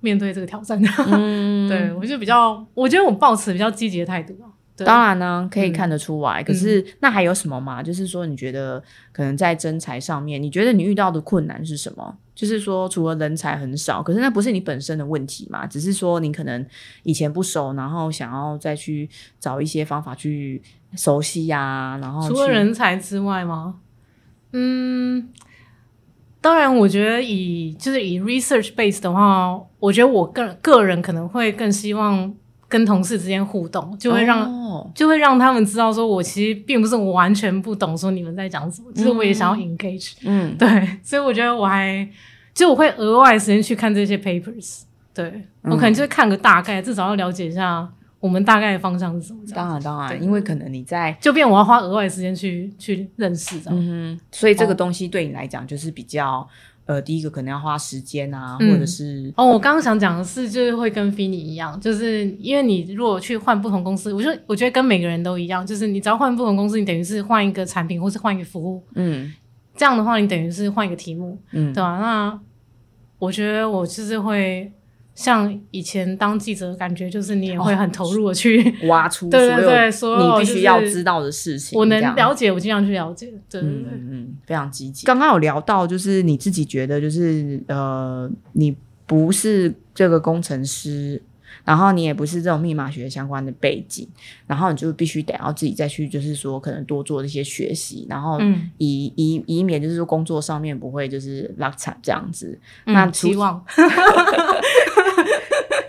B: 面对这个挑战 的。
A: 嗯，
B: 对，我就比较，我觉得我抱持比较积极的态度啊。对，
A: 当然呢，可以
B: 嗯
A: 看得出来。可是那还有什么吗？就是说，你觉得可能在真才上面，你觉得你遇到的困难是什么？就是说，除了人才很少，可是那不是你本身的问题嘛？只是说你可能以前不熟，然后想要再去找一些方法去熟悉呀、然后
B: 除了
A: 哦去，
B: 人才之外吗？嗯，当然，我觉得以就是以 research base 的话，我觉得我个个人可能会更希望跟同事之间互动，就会让、
A: 哦
B: 就会让他们知道，说我其实并不是我完全不懂，说你们在讲什么，就是我也想要 engage、
A: 嗯，
B: 对，所以我觉得我还，就我会额外的时间去看这些 papers 对。
A: 嗯
B: 我可能就是看个大概，至少要了解一下我们大概的方向是什么这样。
A: 当然当然，
B: 对
A: 因为可能你在。
B: 就变我要花额外的时间去去认识这样。
A: 嗯哼，所以
B: 哦
A: 这个东西对你来讲就是比较，呃，第一个可能要花时间啊，
B: 嗯
A: 或者是
B: 哦，我刚刚想讲的是，就是会跟 Fini 一样，就是因为你如果去换不同公司，我就我觉得跟每个人都一样，就是你只要换不同公司，你等于是换一个产品或是换一个服务，
A: 嗯
B: 这样的话你等于是换一个题目，
A: 嗯
B: 对啊，那我觉得我就是会像以前当记者，感觉就是你也会很投入的去，
A: 挖出所
B: 对
A: 有
B: 对对，所有
A: 你必须要知
B: 道，
A: 道的事情，
B: 我
A: 这
B: 能
A: 样
B: 了解，我尽量去了解，对对
A: 嗯
B: 对。
A: 嗯嗯，非常积极。刚刚有聊到，就是你自己觉得，就是呃，你不是这个工程师，然后你也不是这种密码学相关的背景，然后你就必须得要自己再去，就是说可能多做一些学习，然后
B: 嗯
A: 以、以以免就是说工作上面不会就是拉惨这样子。那
B: 嗯
A: 除
B: 希望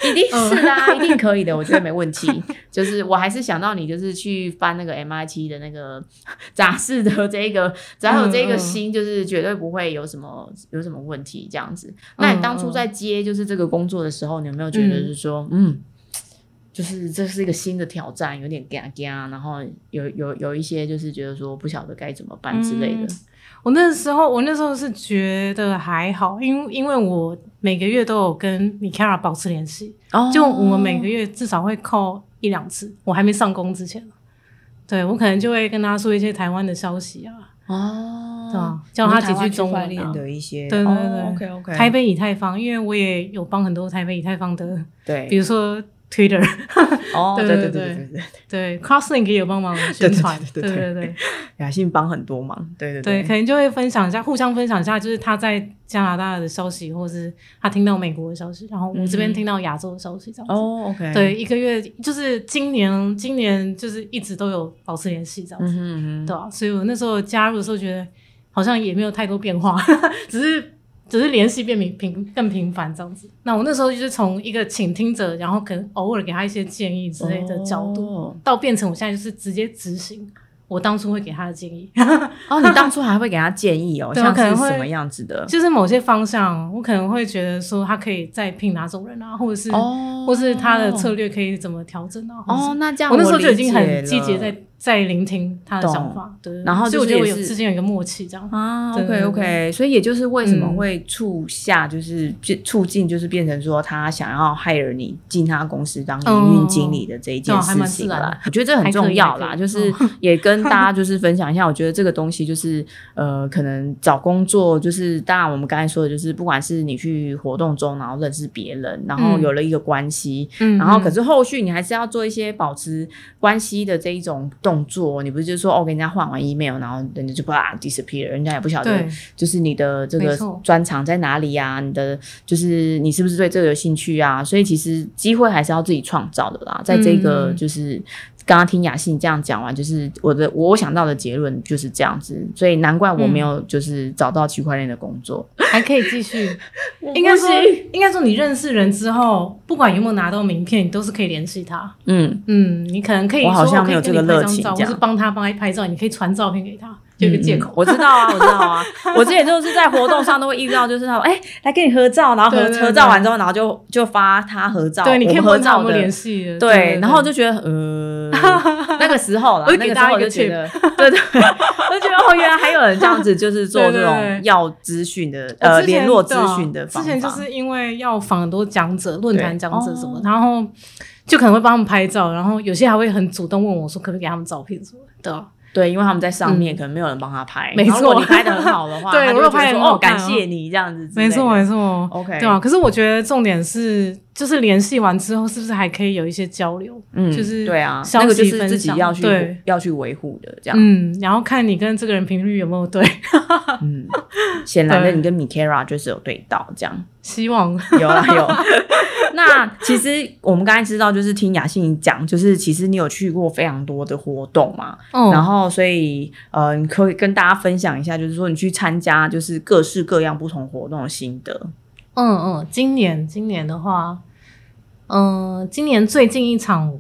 A: 一定
B: 嗯
A: 是啦、一定可以的，我觉得没问题。就是我还是想到你，就是去翻那个 MIT 的那个杂志的这个，只要有这
B: 嗯
A: 个心，就是绝对不会有什么有什么问题这
B: 嗯
A: 样子。那你当初在接就是这个工作的时候，你有没有觉得是说，嗯，就是这是一个新的挑战，有点嘎嘎，然后有有有一些就是觉得说不晓得该怎么办之类的。
B: 嗯我那时候，我那时候是觉得还好，因为因为我每个月都有跟 Mikara 保持联系，
A: 哦
B: 就我们每个月至少会扣一两次，我还没上工之前，对我可能就会跟他说一些台湾的消息啊，
A: 哦，
B: 对吧？教他几句中
C: 区块
B: 文
C: 链
B: 啊。
C: 的一些，哦
B: 对对对
C: ，OK OK，
B: 台北以太坊，因为我也有帮很多台北以太坊的，比
A: 对，
B: 如说 Twitter，
A: 哦，对
B: 对
A: 对对对
B: 对对
A: 对对，
B: 对 Crosslink 也有帮忙宣传，
A: 对 对对
B: 对
A: 对对
B: 对对
A: 雅信帮很多忙，对对
B: 对，
A: 对
B: 可能就会分享一下，互相分享一下，就是他在加拿大的消息，或是他听到美国的消息，然后我这
A: 嗯哼
B: 边听到亚洲的消息，这样子。
A: 哦，OK，
B: 对，，一个月就是今年，今年就是一直都有保持联系这样
A: 嗯
B: 子，
A: 哼嗯哼
B: 对啊，所以我那时候加入的时候觉得好像也没有太多变化，只是只是联系变频频更频繁这样子。那我那时候就是从一个倾听者，然后可能偶尔给他一些建议之类的角度，
A: 度。
B: 到变成我现在就是直接执行我当初会给他的建议。
A: 哦，你当初还会给他建议哦，
B: 对
A: 像
B: 我可能
A: 是
B: 会
A: 什么样子的？
B: 就是某些方向，我可能会觉得说他可以再聘哪种人啊，或者是、
A: 哦
B: 或是他的策略可以怎么调整啊。或
A: 哦，
B: 者
A: 那这
B: 是
A: 样
B: 我那时候就已
A: 理
B: 经
A: 解
B: 很积极
A: 了
B: 在在聆听他的想法，对。对对
A: 然后
B: 所
A: 就是
B: 以我觉得我
A: 也
B: 有
A: 是
B: 之间有一个默契，这样。
A: 啊
B: 对
A: ，OK
B: 对
A: OK，所以也就是为什么
B: 嗯
A: 会促下，就是变促进，就是变成说他想要 hire 你进他公司当营运经理的这一件
B: 哦哦
A: 事情
B: 还蛮自然
A: 啦
B: 的。
A: 我觉得这很重要啦，
B: 还可
A: 就
B: 以哦
A: 是 也跟大家就是分享一下，我觉得这个东西就是呃，可能找工作就是当然我们刚才说的就是，不管是你去活动中，然后认识别人，然后
B: 嗯
A: 有了一个关系，
B: 嗯
A: 然后可是后续你还是要做一些保持关系的这一种动作，你不是就说哦跟人家换完 email，然后人家就啪 disappear，人家也不晓得
B: 对
A: 就是你的这
B: 没
A: 个
B: 错
A: 专长在哪里啊，你的就是你是不是对这个有兴趣啊？所以其实机会还是要自己创造的啦，在这个
B: 嗯
A: 就是。刚刚听雅欣这样讲完，就是我的我想到的结论就是这样子，所以难怪我没有就是找到区块链的工作。
B: 还可以继 续。应该说，应该说你认识人之后，不管有没有拿到名片，你都是可以联系他。
A: 嗯，
B: 嗯，你可能可以
A: 我
B: 说，
A: 好像没有
B: 我可
A: 这
B: 以跟
A: 个
B: 你拍
A: 热
B: 张
A: 情
B: 照
A: 这
B: 或
A: 样
B: 是帮他帮他拍照，你可以传照片给他，就有一个借
A: 嗯
B: 口。
A: 我知道啊，我知道 啊，我之前就是在活动上都会遇到，就是他哎、来跟你合照，然后合
B: 对对对
A: 合照完之后，然后就就发他合照，
B: 对，你可以
A: 我们合
B: 问他有
A: 照
B: 没有
A: 的
B: 联。系的。
A: 对，然后就觉得， 呃，那个时候啦，
B: 我就
A: 那
B: 给
A: 个时
B: 大家
A: 候我
B: 一
A: 就
B: 个
A: 觉得， 对对，我就觉得哦，原来还有人这样子，就是做
B: 对
A: 这
B: 对
A: 种
B: 对
A: 要资讯的，
B: 我
A: 呃，
B: 之前
A: 联络资
B: 对啊
A: 讯的方
B: 之
A: 法。
B: 前就是因为要访很多讲者、论坛讲者什么
A: 哦，
B: 然后就可能会帮他们拍照，然后有些还会很主动问我说可不可以给他们照片什么的。对啊
A: 对，因为他们在上面，
B: 嗯
A: 可能没有人帮他拍。
B: 没
A: 然后如果
B: 错
A: 你拍的很好 的话，他
B: 对
A: 就
B: 我如果
A: 会觉得
B: 拍得
A: 说
B: 很好
A: 哦，感
B: 看啊
A: 谢你这样子之类
B: 没
A: 的，
B: 错，没错。
A: ，OK，
B: 对啊，可是我觉得重点是，就是联系完之后，是不是还可以有一些交流？
A: 嗯，
B: 就是
A: 对啊，
B: 消
A: 那个就
B: 息
A: 是
B: 分
A: 自己
B: 享
A: 要去啊
B: 对
A: 要去维护的这样。
B: 嗯，然后看你跟这个人频率有没有对，
A: 嗯，显然的，
B: 对
A: 你跟 Mikara 就是有对到这样，
B: 希望
A: 有啦 有。那其实我们刚才知道，就是听雅欣讲，就是其实你有去过非常多的活动嘛，
B: 哦
A: 然后所以呃，你可以跟大家分享一下，就是说你去参加就是各式各样不同活动的心得。
B: 嗯嗯，今年今年的话，嗯、今年最近一场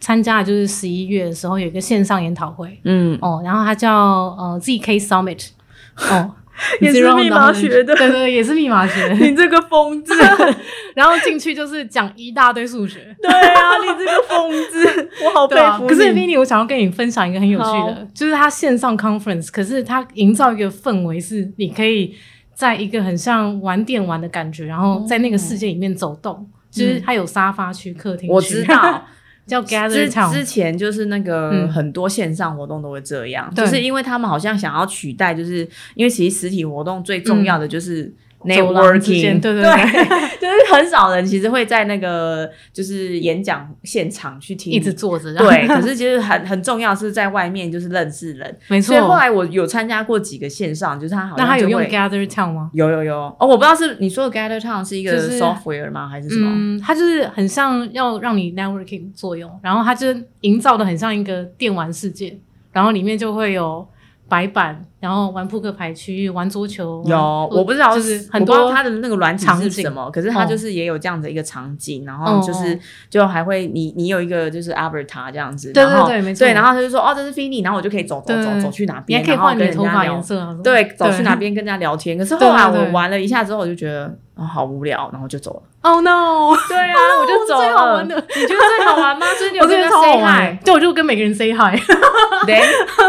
B: 参加的就是十一月的时候有一个线上研讨会
A: 嗯，，
B: 哦，然后它叫呃 ZK Summit 哦
A: 也是
B: Zero
A: 密码
B: Knowledge
A: 学的
B: 对对对，也是密 码学。
A: 这个疯子，
B: 然后进去就是讲一大堆数学，
A: 对啊，你这个疯子，我好
B: 对啊。可是
A: 可是
B: Vinny，我想要跟你分享一个很有趣
A: 好
B: 的，就是它线上 conference，可是它营造一个氛围是你可以在一个很像玩电玩的感觉，然后在那个世界里面走动。就是它有沙发区、客厅区，
A: 哦嗯我知道，
B: 叫 Gather
A: 之
B: Town
A: 之。前就是那个
B: 嗯
A: 很多线上活动都会这样，
B: 对
A: 就是因为他们好像想要取代，就是因为其实实体活动最重要的就是
B: 嗯走廊之
A: networking，、
B: 间 对
A: 对
B: 对对
A: 就是很少人其实会在那个就是演讲现场去听，
B: 一直坐着，然后
A: 对，可是其实很很重要是在外面就是认识人，
B: 没
A: 所
B: 错
A: 以。后来我有参加过几个线上，就是他好
B: 那
A: 像
B: 他有
A: 就
B: 用
A: 会
B: Gather Town 吗？
A: 有有有哦，我不知道是你说的 Gather Town 是一个
B: 就是
A: software 吗，还是什么？
B: 嗯，它就是很像要让你 networking 作用，然后它就营造的很像一个电玩世界，然后里面就会有白板，然后玩扑克牌区、玩桌球，
A: 有，
B: 玩
A: 我不知道
B: 就是是很
A: 我不知
B: 多
A: 道它的那个软体
B: 场
A: 是
B: 景
A: 什么，可是它
B: 哦
A: 就是也有这样子一个场景，然后就是就还会你你有一个就是 avatar 这样子，
B: 对对
A: 然后
B: 对没错
A: 对，然后他就说哦这是 Fini，然后我就可以走走
B: 对
A: 走走去哪
B: 你
A: 边，
B: 还可以
A: 然后
B: 换
A: 跟
B: 你的
A: 人
B: 头
A: 家
B: 发
A: 聊
B: 颜，色啊，什么，
A: 对，走去
B: 对
A: 哪边跟人家聊天。可是
B: 对
A: 后来
B: 对
A: 我
B: 对
A: 玩了一下之后，我就觉得然后好无聊，然后就走了。
B: Oh no！
A: 对啊，我就走
B: 最好
A: 了。
B: 玩的
A: 你觉得最好玩吗？就是你有
B: 我
A: 跟他
B: 真的超好
A: say
B: 玩
A: hi，
B: 的，对，我就跟每个人 say hi，
A: 对，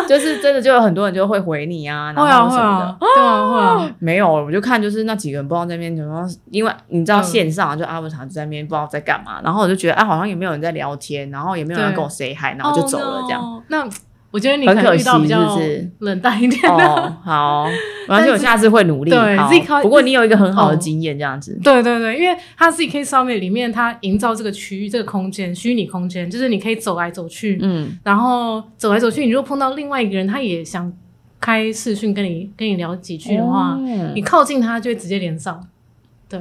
A: 就是真的就有很多人就会回你 啊，然
B: 会啊
A: 后
B: 会
A: 什么
B: 啊，对啊会
A: 的。
B: 啊，
A: 没有，我就看就是那几个人不知道在那边，然后因为你知道
B: 嗯
A: 线上啊就阿文常就在那边不知道在干嘛，然后我就觉得啊，好像也没有人在聊天，然后也没有人
B: 对
A: 跟我 say hi，然后就走了
B: Oh
A: 这样。
B: no 那我觉得你
A: 很
B: 可能
A: 可
B: 遇到
A: 惜
B: 比较
A: 是不是
B: 冷淡一点的，
A: 哦， 好，而且我下次会努力。
B: 对
A: 好
B: 自己靠
A: 不过你有一个很好的
B: 哦
A: 经验，这样子。
B: 对对对，因为它 CK Summit 里面，它营造这个区域、这个空间、虚拟空间，就是你可以走来走去，
A: 嗯，
B: 然后走来走去，你如果碰到另外一个人，他也想开视讯跟你跟你聊几句的话，
A: 哦
B: 你靠近他就会直接连上，对，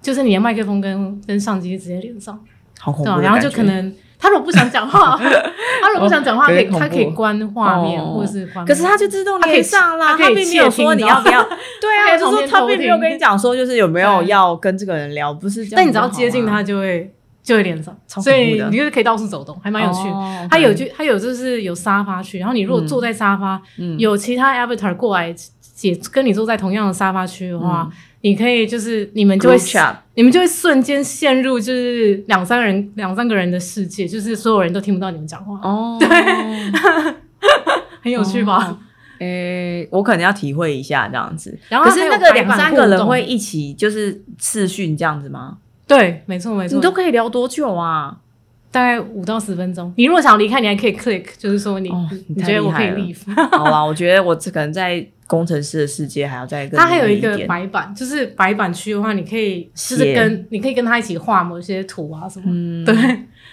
B: 就是你的麦克风跟跟相机直接连上，
A: 好恐
B: 对
A: 怖的
B: 啊、
A: 感觉。
B: 然后就可能他如果不想 讲话，他如果不想讲话，
A: 哦
B: 可
A: 有
B: 以
A: 点恐
B: 他可以
A: 怖
B: 关画面、
A: 哦
B: 或是关，
A: 可是他就自动
B: 他可以
A: 连上啦，
B: 他可以
A: 并没有说你要不要。 对
B: 他可
A: 啊，
B: 以从
A: 就
B: 边
A: 是他
B: 偷
A: 并没有
B: 听
A: 跟你讲说就是有没有
B: 对
A: 要跟这个人聊，不是这样。啊
B: 但你只要接近他，就会就会连上，
A: 超
B: 啊所
A: 恐怖
B: 以
A: 的
B: 你就是可以到处走动，还蛮有趣的。
A: 哦
B: 它有就它有就是有沙发区，然后你如果坐在沙发，
A: 嗯
B: 有其他 avatar 过来也跟你坐在同样的沙发区的话，你可以就是你们就会
A: 嗯 Group chat
B: 你们就会瞬间陷入就是两三人两三个人的世界，就是所有人都听不到你们讲话，
A: 哦， 对，
B: 很有趣
A: 哦
B: 吧？
A: 诶，我可能要体会一下这样子。
B: 然后
A: 可
B: 它
A: 是
B: 还有
A: 那个
B: 白
A: 两
B: 板
A: 三
B: 互
A: 个人
B: 动
A: 会一起就是视讯这样子吗？
B: 对，没错没错，
A: 你都可以聊多久啊？
B: 大概五到十分钟。你如果想要离开，你还可以 click，就是说你、
A: 哦
B: 你
A: 你
B: 你
A: 太
B: 觉得我
A: 厉
B: 可以
A: 害
B: leave。
A: 好啊啦，我觉得我这可能在工程师的世界还要再更
B: 它还有
A: 努力
B: 一
A: 一
B: 个
A: 点
B: 白板，就是白板区的话，你可以就是
A: 写
B: 跟你可以跟他一起画某些图啊什么的
A: 嗯
B: 对，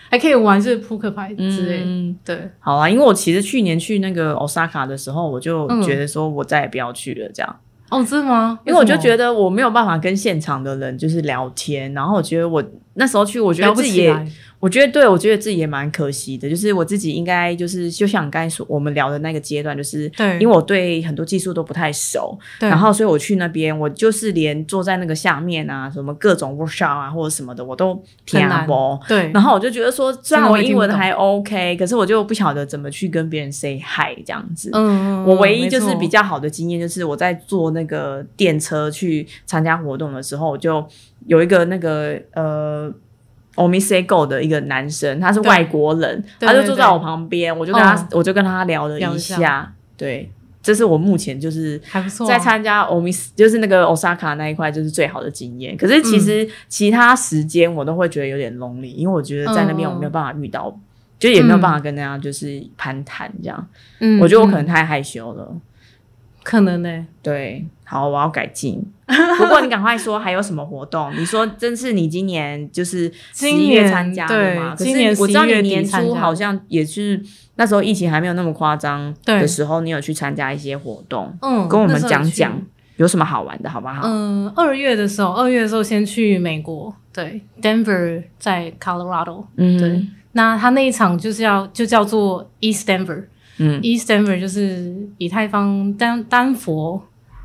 B: 还可以玩就是扑克牌之类的。
A: 嗯
B: 对，
A: 好啦，因为我其实去年去那个 Osaka 的时候，我就
B: 嗯
A: 觉得说我再也不要去了这样，
B: 哦，真的吗？
A: 因为我就
B: 得
A: 觉得我没有办法跟现场的人就是聊天，然后我觉得我那时候去，我觉
B: 聊
A: 得
B: 不
A: 自己
B: 起
A: 也，
B: 来。
A: 我觉得对我觉得自己也蛮可惜的，就是我自己应该就是就像刚才说我们聊的那个阶段，就是
B: 对
A: 因为我对很多技术都不太熟，
B: 对，
A: 然后所以我去那边，我就是连坐在那个下面啊，什么各种 workshop 啊或者什么的，我都
B: 很
A: 听
B: 难
A: 不懂。
B: 对，
A: 然后我就觉得说，虽然
B: 真的
A: 我
B: 会
A: 英
B: 听不
A: 文
B: 懂
A: 还 OK，可是我就不晓得怎么去跟别人 say hi 这样子。
B: 嗯，嗯
A: 我唯一就是
B: 没错
A: 比较好的经验，就是我在坐那个电车去参加活动的时候，我就有一个那个呃 o m i s e g o 的一个男生，他是
B: 对
A: 外国人，
B: 对
A: 他就
B: 对
A: 坐
B: 对
A: 在我旁边，我就跟他、
B: 哦
A: 我就跟他聊了
B: 聊
A: 一
B: 一下
A: 对，这是我目前就是
B: 还不错啊，
A: 在参加 o m i 就是那个 Osaka 那一块，就是最好的经验。可是其实其他时间我都会觉得有点 lonely，因为我觉得在那边
B: 嗯
A: 我没有办法遇到，就也没有办法跟大家就是攀谈这样。
B: 嗯，
A: 我觉得我可能
B: 嗯
A: 太害羞了。
B: 可能呢，
A: 对，好，我要改 进。不过你赶快说还有什么活动？你说真是你今年就是十
B: 今
A: 一
B: 年
A: 月参加的嘛？可
B: 对今
A: 是
B: 年
A: 我知道
B: 11
A: 你
B: 月底
A: 年
B: 参
A: 初
B: 加
A: 好像也是那时候疫情还没有那么夸张
B: 对
A: 的时候，你有去参加一些活动。
B: 嗯，
A: 跟我
B: 那
A: 们
B: 时候
A: 讲
B: 有去
A: 讲有什么好玩的，好不好？
B: 嗯，二月的时候，二月的时候先去美国，对，Denver 在 Colorado，
A: 嗯
B: 对那他那一场就是要就叫做 East Denver，
A: 嗯
B: ，East Denver 就是以太坊丹丹佛，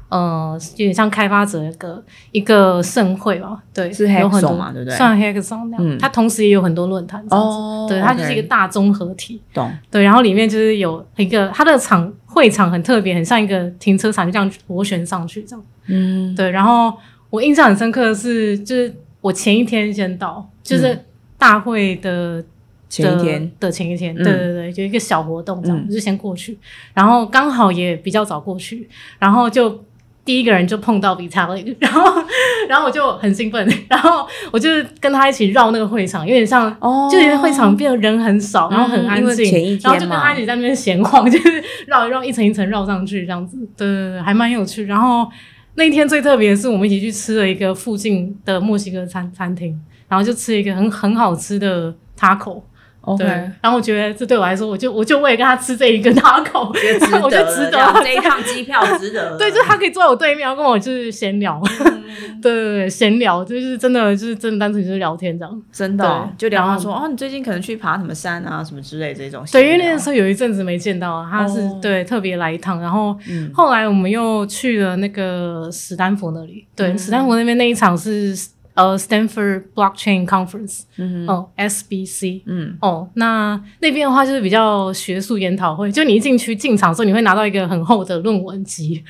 B: 呃，有点像开发者一个一个盛会吧，对，
A: 是
B: 有
A: Hackathon
B: 很多
A: 嘛对不对
B: 算 Hackathon 那样，
A: 嗯
B: 它同时也有很多论坛，哦，
A: 哦
B: 对，它就是一个
A: OK，
B: 大综合体。
A: 懂
B: 对，然后里面就是有一个它的场会场很特别，很像一个停车场，就这样螺旋上去这样。
A: 嗯
B: 对，然后我印象很深刻的是，就是我前一天先
A: 嗯
B: 到，就是大会的、
A: 前一天
B: 的的前一天，
A: 嗯
B: 对对对，有一个小活动这样，
A: 嗯
B: 我就先过去，然后刚好也比较早过去，然后就。第一个人就碰到 Vitalik，然 后，然后我就很兴奋，然后我就跟他一起绕那个会场，有点像
A: 哦
B: 就觉得会场变得人很少，然后很安
A: 因为
B: 静，
A: 前一天嘛
B: 然后就跟他一起在那边闲晃， 就是绕一绕，一层一层绕上去这样子，对对对，还蛮有趣。然后那一天最特别的是，我们一起去吃了一个附近的墨西哥餐餐厅，然后就吃了一个很很好吃的 taco。
A: OK，
B: 对， 然后我觉得这对我来说，我就我就为了跟他吃这一 个 taco，
A: 觉得值
B: 我就
A: 得
B: 值
A: 了这
B: 得
A: 样
B: 了
A: 这一趟机票值得了。
B: 对，就是他可以坐在我对面，然后跟我就是闲聊，
A: 嗯
B: 对对对，闲聊就是真的就是真的单纯就是聊天这样。
A: 真的哦
B: 对
A: 就聊
B: 然
A: 到
B: 后
A: 说哦，你最近可能去爬什么山啊，什么之类这种闲
B: 对，
A: 聊。
B: 因为那个时候有一阵子没见到啊，他是、
A: 哦
B: 对特别来一趟，然后
A: 嗯
B: 后来我们又去了那个史丹佛那里，对，
A: 嗯
B: 史丹佛那边那一场是呃 Stanford Blockchain Conference，
A: 嗯
B: 哦 SBC。
A: 嗯
B: 哦，那那边的话就是比较学术研讨会，就你一进去进场的时候，你会拿到一个很厚的论文集，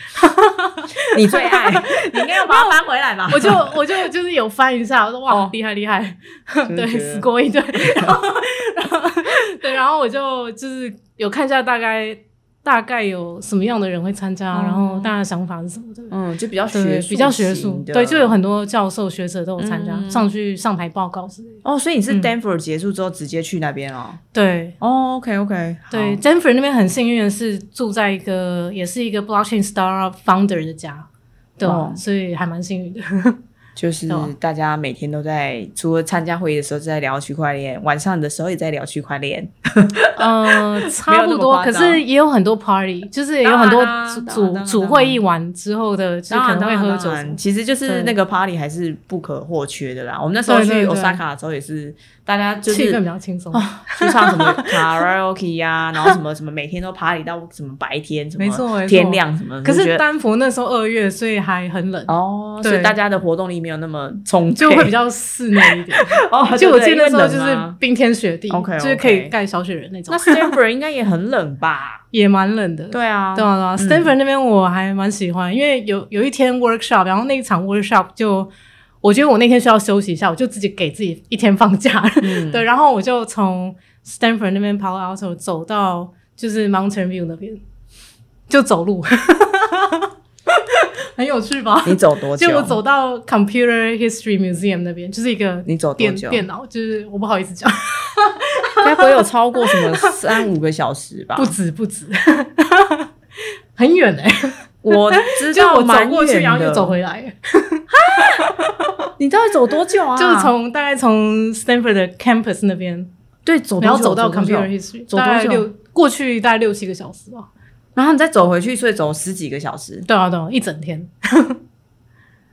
A: 你最 爱，你应该要把它翻回来吧？
B: 我就我就就是有翻一下，我说哇
A: 哦，
B: 厉害厉害，
A: 真的
B: 对，死过 一堆，然后然后对，然后我就就是有看一下大概大概有什么样的人会参加，
A: 哦
B: 然后大家的想法是什么的。
A: 嗯，就比较
B: 对
A: 学，术
B: 比较学术
A: 型，的
B: 对，就有很多教授学者都有参加，
A: 嗯
B: 上去上台报告之类的。
A: 哦，所以你是
B: 嗯
A: Denver 结束之后直接去那边哦？
B: 对，
A: 哦，OK OK，
B: 对，Jennifer 那边很幸运的是住在一个也是一个 blockchain star founder 的家，对吧、
A: 哦
B: 所以还蛮幸运的。
A: 就是
B: 对啊
A: 大家每天都在，除了参加会议的时候在聊区块链，晚上的时候也在聊区块链。
B: 呃，
A: 没
B: 差
A: 有那
B: 不
A: 么
B: 多，
A: 夸
B: 可
A: 张
B: 是也有很多 party，就是也有很
A: 当
B: 多
A: 然啊当然
B: 组
A: 当然
B: 组
A: 当
B: 会
A: 然
B: 议完之后的，就是可能会喝酒
A: 当
B: 什
A: 然
B: 么。
A: 其实就是
B: 对
A: 那个 party 还是不可或缺的啦。我们那时候
B: 对对
A: 去
B: 对
A: Osaka 的时候也是，大家就
B: 气
A: 是哦
B: 氛比较轻松，
A: 去唱什么 karaoke 呀、然后什么什么，每天都 party 到什么白天，什么
B: 没错没错
A: 天亮什么。
B: 可
A: 就觉
B: 是
A: 得
B: 丹佛那时候二月，所以还很冷，
A: 哦，
B: 对
A: 所以大家的活动力没有那么充沛，
B: 就会比较室内一点。
A: 哦，
B: 就我记
A: 对对因
B: 得那时候就
A: 为冷
B: 是
A: 啊
B: 冰天雪地
A: OK，OK
B: 就是可以盖小雪人那种
A: 那，Stanford 应该也很冷吧？
B: 也蛮冷的。
A: 对啊，
B: 对啊，对啊，Stanford 那边我还蛮喜欢，因为有有一天 workshop，然后那一场 workshop 就，我觉得我那天需要休息一下，我就自己给自己一天放假，
A: 嗯
B: 对，然后我就从 Stanford 那边 Palo Alto 走到就是 Mountain View 那边，就走路， 很有趣吧？
A: 你走多久？
B: 就我走到 Computer History Museum 那边，就是一个
A: 你走多
B: 电
A: 久？啊
B: 电脑，就是我不好意思讲，
A: 该不会有超过 什么三五个小时吧？
B: 不止不止， 很远哎、
A: 我知
B: 就
A: 道
B: 我走
A: 蛮
B: 过去，
A: 远
B: 然后又
A: 的
B: 走。回来。
A: 你到底走多久啊？
B: 就是从大概从 Stanford 的 campus 那边，
A: 对走多久，
B: 然后走到
A: 多久
B: computer history，
A: 走多久
B: 大概六过去大概六七个小时吧。
A: 然后你再走回去，所以走十几个小时。
B: 对啊，对啊，一整天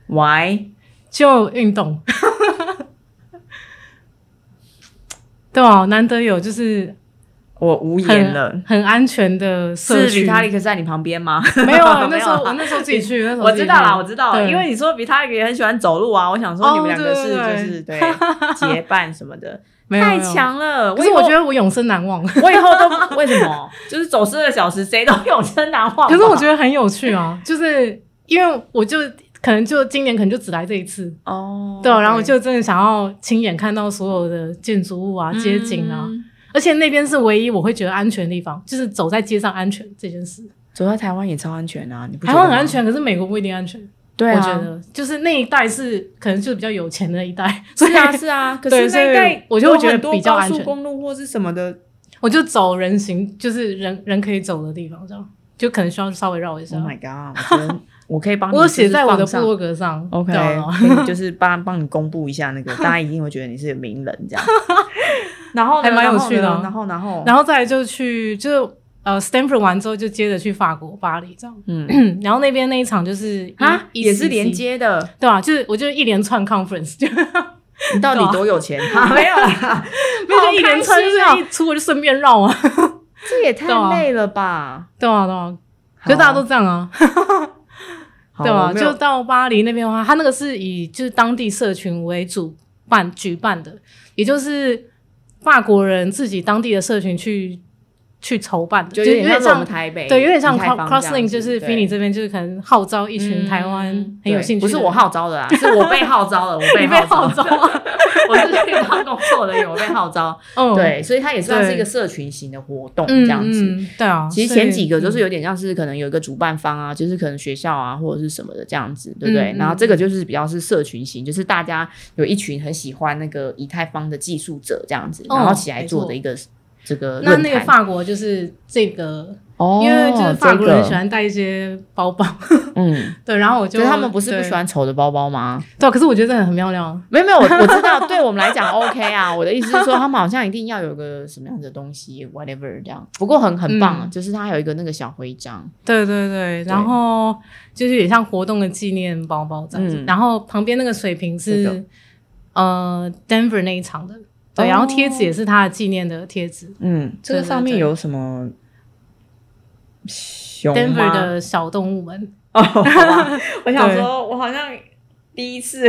A: Why？
B: 就运 动。对啊，难得有就是
A: 我无言了
B: 很。很安全的社
A: 是
B: 区
A: 比。塔利克在你旁边吗？
B: 没 有啊，那
A: 没
B: 时候
A: 有啊
B: 我那时候自己去，那时候
A: 我知道啦，我
B: 道。
A: 知道啦，
B: 对
A: 因为你说比塔利克也很喜欢走路啊，我想说
B: 哦
A: 你们两个是
B: 对对
A: 就是对 结伴什么的，
B: 没有
A: 太，
B: 没
A: 强了。
B: 有可是
A: 以
B: 我
A: 后
B: 觉得我永生难忘。
A: 我以后都为什么？就是走四个小时，谁都啊永生难忘吧。
B: 可是我觉得很有趣啊，就是因为我就可能就今年可能就只来这一次，
A: 得哦，
B: 对，啊然后
A: OK
B: 就真的想要亲眼看到所有的建筑物
A: 嗯
B: 啊、街景啊，，而且那边是唯一我会觉得安全的地方，就是走在街上安全这件事。
A: 走在台湾也超安全啊，你不觉
B: 台
A: 得吗
B: 湾很安，全，可是美国不一定安全。
A: 对啊，
B: 我觉得就是那一带是可能就比较有钱的一 代，所以
A: 是啊是啊，可
B: 对
A: 是那一
B: 所
A: 带
B: 以我就会觉
A: 有
B: 得
A: 很多
B: 比较安
A: 高速
B: 全
A: 公路或是什么的，
B: 我就走人行，就是人人可以走的地方，这样就可能需要稍微绕一下。
A: Oh my god！我觉得我可以帮你，
B: 啊我有写在我的
A: 部
B: 部落格上
A: OK，
B: 对 啊
A: 可以就是帮帮你公布一下那 个，大家一定会觉得你是名人这样。然后呢
B: 还蛮有趣的啊
A: 然后哦呢然后呢
B: 然后再来就去就呃 Stanford 完之后就接着去法国巴黎这样，
A: 嗯
B: 然后那边那一场就是
A: 啊
B: 一
A: 也是连。
B: 一
A: 接的，
B: 对啊，就是我就一连串 conference，就
A: 你到
B: 对啊
A: 底多有 钱？啊 没有啦，
B: 没有就一连串，就是
A: 好开心哦
B: 一出我就顺便绕啊。
A: 这也太
B: 对啊
A: 累了吧？
B: 对啊，对啊，可是大家都这样啊，
A: 好
B: 对
A: 好
B: 啊，
A: 我没有
B: 就到巴黎那边的话，他那个是以就是当地社群为主办举办的，也就是法国人自己当地的社群去去筹办的，
A: 就
B: 就
A: 有
B: 有点
A: 点像我
B: 像
A: 们。台北，
B: 对，有点像
A: 台
B: cross
A: 方
B: crossing，
A: 这
B: 就是
A: 样子
B: Fini
A: 对
B: 这边就是可能号召一群台湾
A: 嗯
B: 很有
A: 对
B: 兴趣的
A: 不
B: 人，
A: 是我号召的啦，是我被号召了，我 被
B: 你被
A: 号
B: 号
A: 召，
B: 召啊，
A: 我是去当工作人员，我被号召。
B: 嗯，
A: 对，所以它也算是
B: 对
A: 一个社群型的活动
B: 嗯，
A: 这样子。
B: 嗯，对啊，
A: 其实
B: 所以
A: 前几个都是
B: 嗯
A: 有点像是可能有一个主办方啊，就是可能学校啊或者是什么的这样子，对不对？
B: 嗯嗯
A: 然后这个就是比较是社群型，就是大家有一群很喜欢那个以太坊的技术者这样子，
B: 哦
A: 然后起来做的一个这个
B: 那
A: 呃论
B: 那个
A: 坛。
B: 法国就是这个，
A: 哦
B: 因为就是法国人
A: 这
B: 喜
A: 个
B: 欢带一些 包包，
A: 嗯，
B: 对，然后 我就
A: 就是他们不是不
B: 对
A: 喜欢丑的包包吗？
B: 对，可是我觉得这个很漂亮，
A: 没有没有，我我知道，对我们来讲 OK 啊。我的意思是说，他们好像一定要有个什么样的东西，whatever 这样。不过很很棒，啊，
B: 嗯
A: 就是它有一个那个小徽章，
B: 对对对，然后就是也像活动的纪念包包这样子，
A: 嗯
B: 然后旁边那个水瓶是、
A: 这个
B: 呃 Denver 那一场的，对，
A: 哦
B: 然后贴纸也是他的纪念的贴纸
A: 嗯，这个
B: 对对
A: 上面
B: 对
A: 有什么熊
B: ，Denver
A: 吗
B: 的小动物们，
A: 哦，好 吧我想
B: 对
A: 说，我好像第一次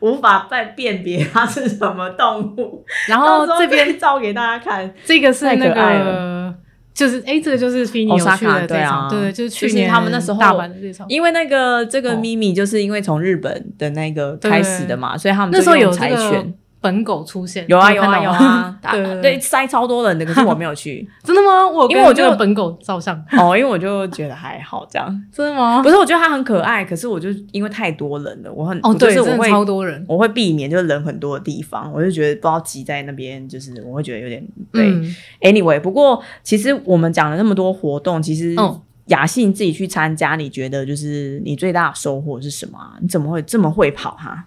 A: 无法再辨别它是什么动物，
B: 然后
A: 到时候
B: 这边
A: 可以照给大家看。
B: 这个是那
A: 太可爱
B: 个就是哎，这个就是菲尼有去
A: Osaka，
B: 的这
A: 对啊
B: 场，对，就是去
A: 就是
B: 年
A: 他们那时候
B: 大阪的这场。
A: 因为那个这个
B: 哦
A: 咪咪就是因为从日本的那个开始的嘛，所以他们
B: 那时候
A: 就用
B: 有这
A: 柴
B: 个
A: 犬。
B: 本狗出现，
A: 有啊
B: 你
A: 有
B: 看
A: 啊
B: 到
A: 有
B: 吗
A: 啊，打
B: 对对
A: 对
B: 对，
A: 塞超多人的，可是我没有 去
B: 真的吗？我有
A: 因为我
B: 跟那个
A: 就
B: 本狗照相，
A: 哦，因为我就觉得还好这样。
B: 真的吗？
A: 不是，我觉得它很可爱，可是我就因为太多人了，我很
B: 哦，
A: 我就
B: 对，
A: 是
B: 真
A: 我
B: 的
A: 会
B: 超多人，
A: 我会避免就是人很多的地方，我就觉得不知道挤在那边，就是我会觉得有点对。
B: 嗯
A: Anyway，不过其实我们讲了那么多活动，其实
B: 嗯
A: 雅信自己去参加，你觉得就是你最大的收获是什么啊、你怎么会这么会跑哈、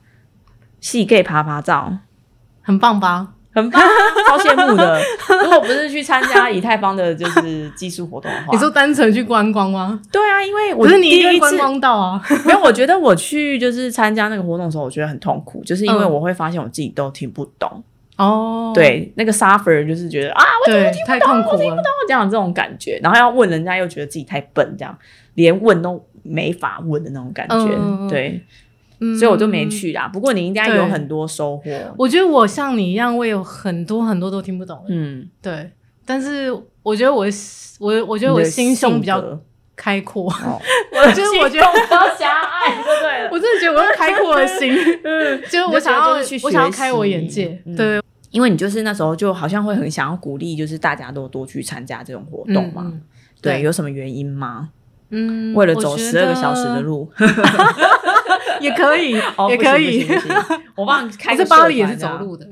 A: 细 gay 爬爬照，
B: 很棒吧？
A: 很 棒啊，超羡慕的。如果不是去参加以太坊的就是技术活动的话，
B: 你说单纯去观光吗？
A: 对啊，因为我
B: 可是你
A: 第
B: 一
A: 一
B: 定观
A: 次
B: 光到啊，
A: 没有，我觉得我去就是参加那个活动的时候，我觉得很痛苦，就是因为
B: 嗯
A: 我会发现我自己都听不懂。
B: 哦，
A: 对，那个 suffer 就是觉得啊，我怎么
B: 对
A: 听，
B: 太痛苦了，
A: 不懂这样这种感觉，然后要问人家又觉得自己太笨，这样连问都没法问的那种感觉。
B: 嗯嗯嗯
A: 对，
B: 嗯
A: 所以我就没。去啦。不过你应该有
B: 对
A: 很多收获。
B: 嗯我觉得我像你一样，我有很多很多都听不懂，
A: 嗯，
B: 对，但是我觉得我我我觉得
A: 你
B: 我
A: 的
B: 心胸比
A: 性
B: 较
A: 格
B: 开阔，
A: 哦
B: 我觉得我觉得
A: 心胸比较狭隘，就对了。
B: 我真的觉得我有开阔的心，
A: 嗯，
B: 就
A: 你就
B: 是我
A: 想
B: 想
A: 要
B: 要
A: 就是去
B: 我想要
A: 学
B: 开我眼
A: 习
B: 界，
A: 嗯
B: 对，
A: 因为你就是那时候就好像会很想要鼓励，就是大家都多去参加这种活动嘛。
B: 嗯
A: 对，
B: 对
A: 有什么原因吗？
B: 嗯，
A: 为了
B: 我
A: 走
B: 觉
A: 十二个小时
B: 得
A: 的 路，
B: 也可以，
A: 哦
B: 也
A: 不行
B: 可以
A: 不。行 不行我帮你开
B: 可
A: 个社
B: 是
A: 团
B: 巴黎也是
A: 这样
B: 走路的，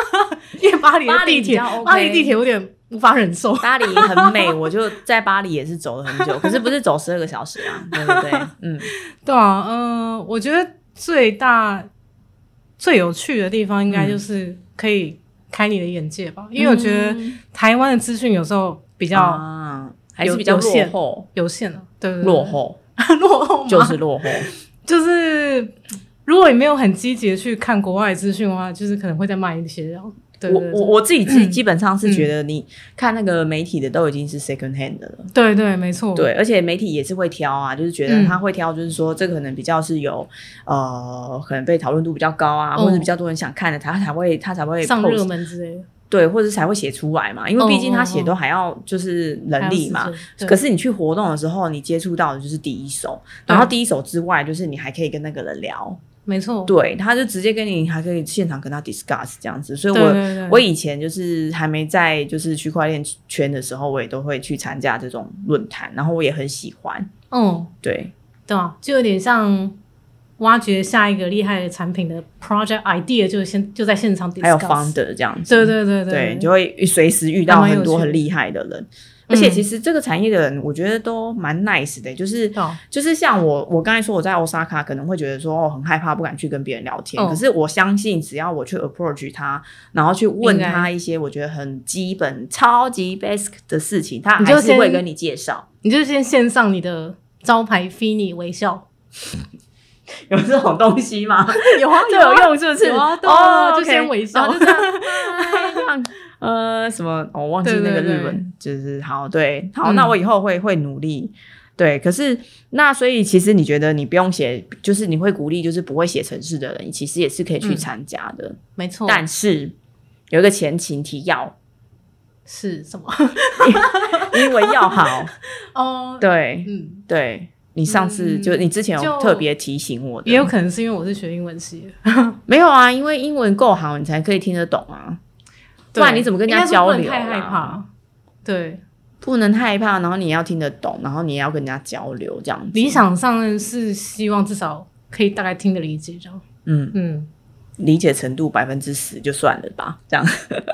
B: 因为啊巴黎的
A: 巴黎
B: 地
A: 比
B: 铁，
A: 较 OK
B: 巴黎地铁有点无法忍受。
A: 巴黎很美，我就在巴黎也是走了很久，可是不是走十二个小时 啊，对不对？嗯，
B: 对啊，嗯、我觉得最大最有趣的地方，应该就是可以开你的眼界吧，因为我觉得台湾的资讯有时候
A: 比
B: 比较
A: 啊还是比较
B: 有
A: 落
B: 限嗯
A: 后，
B: 有限啊，对不对？
A: 落后
B: 落后吗
A: 就是落后，
B: 就是，如果你没有很积极的去看国外的资讯的话，就是可能会再慢一些哦。对
A: 我
B: 对嗯
A: 我我自己基基本上是觉得你看那个媒体的都已经是 second hand 的了，
B: 对对，没错，
A: 对，而且媒体也是会挑啊，就是觉得
B: 嗯
A: 他会挑，就是说这个可能比较是有呃，可能被讨论度比较高啊，
B: 哦
A: 或者比较多人想看的，他才会他才会
B: 上
A: post
B: 热门之类的，
A: 对，或者才会写出来嘛，因为
B: 哦
A: 毕竟他
B: 哦
A: 写
B: 哦
A: 都还要就是能力嘛
B: 还。有时间，对
A: 可是你去活动的时候，你接触到的就是第一手，
B: 对
A: 然后第一手之外，就是你还可以跟那个人聊，
B: 没错，
A: 对，他就直接跟你还可以现场跟他 discuss 这样子。所以我
B: 对对对
A: 我以前就是还没在就是区块链圈的时候，我也都会去参加这种论坛，然后我也很喜欢。
B: 嗯，
A: 对，
B: 对啊，就有点像挖掘下一个厉害的产品的 project idea，就是现就在现场 discuss，
A: 还有 founder 这样子，
B: 对对对
A: 对，
B: 对
A: 你就会随时遇到
B: 还蛮有
A: 很多
B: 趣的嗯
A: 很厉害的人。而且其实这个产业的人，我觉得都蛮 nice 的、就是
B: 对啊
A: 就是像我，我刚才说我在 Osaka 可能会觉得说哦很害怕，不敢去跟别人聊天。
B: 嗯
A: 可是我相信，只要我去 approach 他，然后去问
B: 应该
A: 他一些我觉得很基本、超级 basic 的事情，他
B: 你
A: 还
B: 就是
A: 会
B: 先
A: 跟你介绍。
B: 你就先献上你的招牌 Fini 微笑，
A: 有这种东西吗？
B: 有啊
A: 这有用是不是？
B: 有啊对啊
A: 哦，
B: 就先微笑
A: 然后就这 样嗨这样呃，什么？我忘记
B: 对
A: 那
B: 对
A: 个
B: 对
A: 日文，就是好，对，好，
B: 嗯
A: 那我以后会会努力。对，可是那所以其实你觉得你不用写，就是你会鼓励，就是不会写程式的人，其实也是可以去
B: 嗯
A: 参加的。
B: 没错，
A: 但是有一个前情提要，
B: 是 什么？
A: 英文要 好。
B: 哦，
A: 对
B: 嗯，
A: 对，你上次
B: 嗯
A: 就你之前有
B: 就
A: 特别提醒我的，
B: 也有可能是因为我是学英文系的，
A: 没有啊？因为英文够好，你才可以听得懂啊。不然
B: 对
A: 你怎么跟人家
B: 应该说
A: 交
B: 不
A: 流啊
B: 能太害怕，对，
A: 不能害怕，然后你要听得懂，然后你也要跟人家交流，这样子
B: 理，想上是希望至少可以大概听得理解这样，
A: 嗯，
B: 嗯，
A: 理解程度百分之十就算了吧，这样。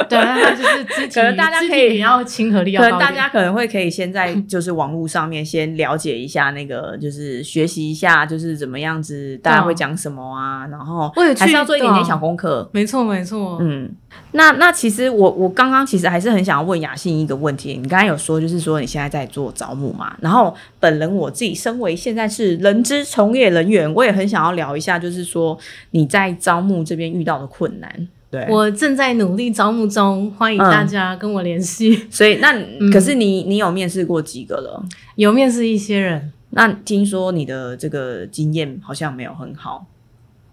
B: 对，那就是肢体，
A: 可能大家
B: 肢体
A: 可以
B: 也要亲和力要
A: 可
B: 高一
A: 能
B: 点，
A: 大家可能会可以先在就是网络上面先了解一下那个，就是学习一下，就是怎么样子大家会讲什么啊，然后
B: 我有去
A: 还是要做一点点
B: 对啊
A: 小功课。
B: 没错没错，
A: 嗯，那那其实我我刚刚其实还是很想要问雅信一个问题，你刚才有说就是说你现在在做招募嘛，然后本人我自己身为现在是人资从业人员，我也很想要聊一下，就是说你在招募这边遇到的困难。对，
B: 我正在努力招募中，欢迎
A: 嗯
B: 大家跟我联系。
A: 所以那、可是你你有面试过几个了？
B: 有面试一些人，
A: 那听说你的这个经验好像没有很好，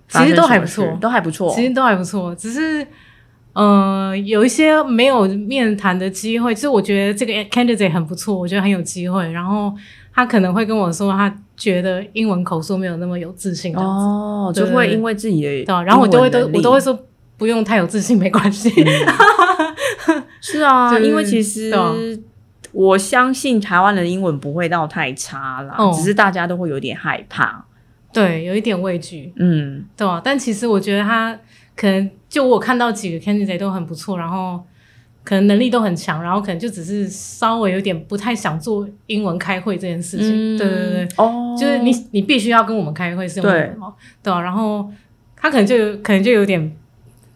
B: 其实都还不
A: 发生什么事
B: 错
A: 都还不错。
B: 其实都还不错，只是呃，有一些没有面谈的机会，就是我觉得这个 candidate 很不错，我觉得很有机会。然后他可能会跟我说，他觉得英文口说没有那么有自信这样子，
A: 哦，就
B: 对
A: 会
B: 对
A: 因为自己的，
B: 对啊、然后我都会都我都会
A: 说，
B: 说不用太有自信，没关系。
A: 嗯是啊，
B: 就是
A: 因为其实
B: 对啊
A: 我相信台湾人英文不会到太差啦，
B: 哦
A: 只是大家都会有点害怕。
B: 对，有一点畏惧，
A: 嗯，
B: 对啊？但其实我觉得他可能就我看到几个 candidate 都很不错，然后可能能力都很强，然后可能就只是稍微有点不太想做英文开会这件事情。嗯对对对，，
A: 嗯哦，
B: 就是你你必须要跟我们开会是用
A: 对
B: 英文嘛对啊，然后他可能就有可能就有点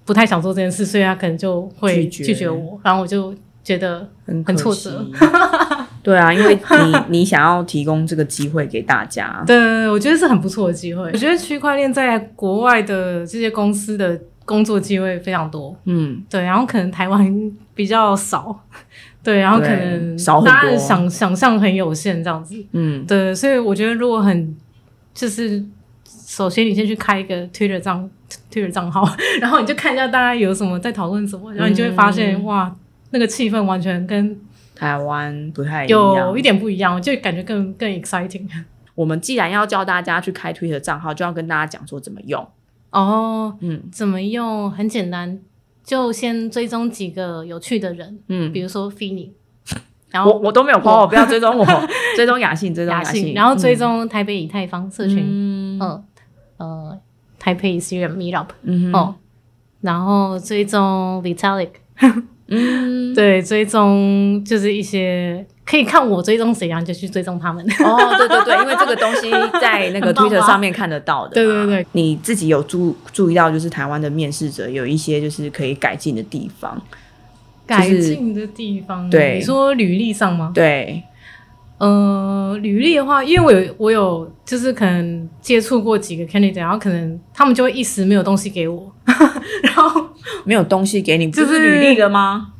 B: 不太想做这件事，所以他可能就会
A: 拒绝
B: 拒绝我，然后我就觉得
A: 很
B: 很
A: 可
B: 挫
A: 惜
B: 折。
A: 对啊，因为你你想要提供这个机会给大家，
B: 对对对，我觉得是很不错的机会。我觉得区块链在国外的这些公司的工作机会非常多，
A: 嗯，
B: 对，然后可能台湾比较少，对，然后可
A: 对
B: 能
A: 少很
B: 大家
A: 多
B: 想想象很有限这样子，
A: 嗯，
B: 对，所以我觉得如果很就是，首先你先去开一个 Twitter 账 Twitter 账号， 然后你就看一下大家有什么在讨论什么，然后你就会发现、
A: 嗯
B: 哇，那个气氛完全跟
A: 台湾不太一样
B: 有一。点不一样，就感觉更更 exciting。
A: 我们既然要教大家去开 Twitter 账号，就要跟大家讲说怎么用。
B: 哦，
A: 嗯
B: 怎么用？很简单，就先追踪几个有趣的人，
A: 嗯，
B: 比如说 f i n i 然
A: 我
B: 后
A: 我都没有 follow，不要追 踪我，追踪雅信，追踪
B: 雅
A: 信，
B: 信，然后
A: 嗯
B: 追踪台北以太坊社群，
A: 嗯
B: 嗯呃，台北 Ethereum Meetup。
A: 嗯哼
B: 哦，然后追踪 Vitalik，
A: 嗯
B: 对，追踪就是一些可以看我追踪谁，然后就去追踪他 们。
A: 哦，对对对，因为这个东西在那个
B: 很棒吧
A: Twitter 上面看得到的嘛。
B: 对对对
A: 你自己有注注意到，就是台湾的面试者有一些就是可以改进的地方。
B: 改进的地方，啊
A: 对
B: 你说履历上吗？
A: 对，
B: 呃，履历的话，因为我有我有就是可能接触过几个 candidate，然后可能他们就会一时没有东西给我，然后
A: 没有东西给你，不
B: 就是
A: 是履历了吗？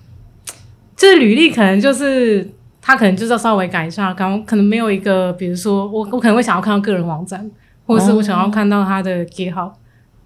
B: 这履历可能就是他可能就是要稍微改一下，刚可能没有一个，比如说我我可能会想要看到个人网站，或者是我想要看到他的 GitHub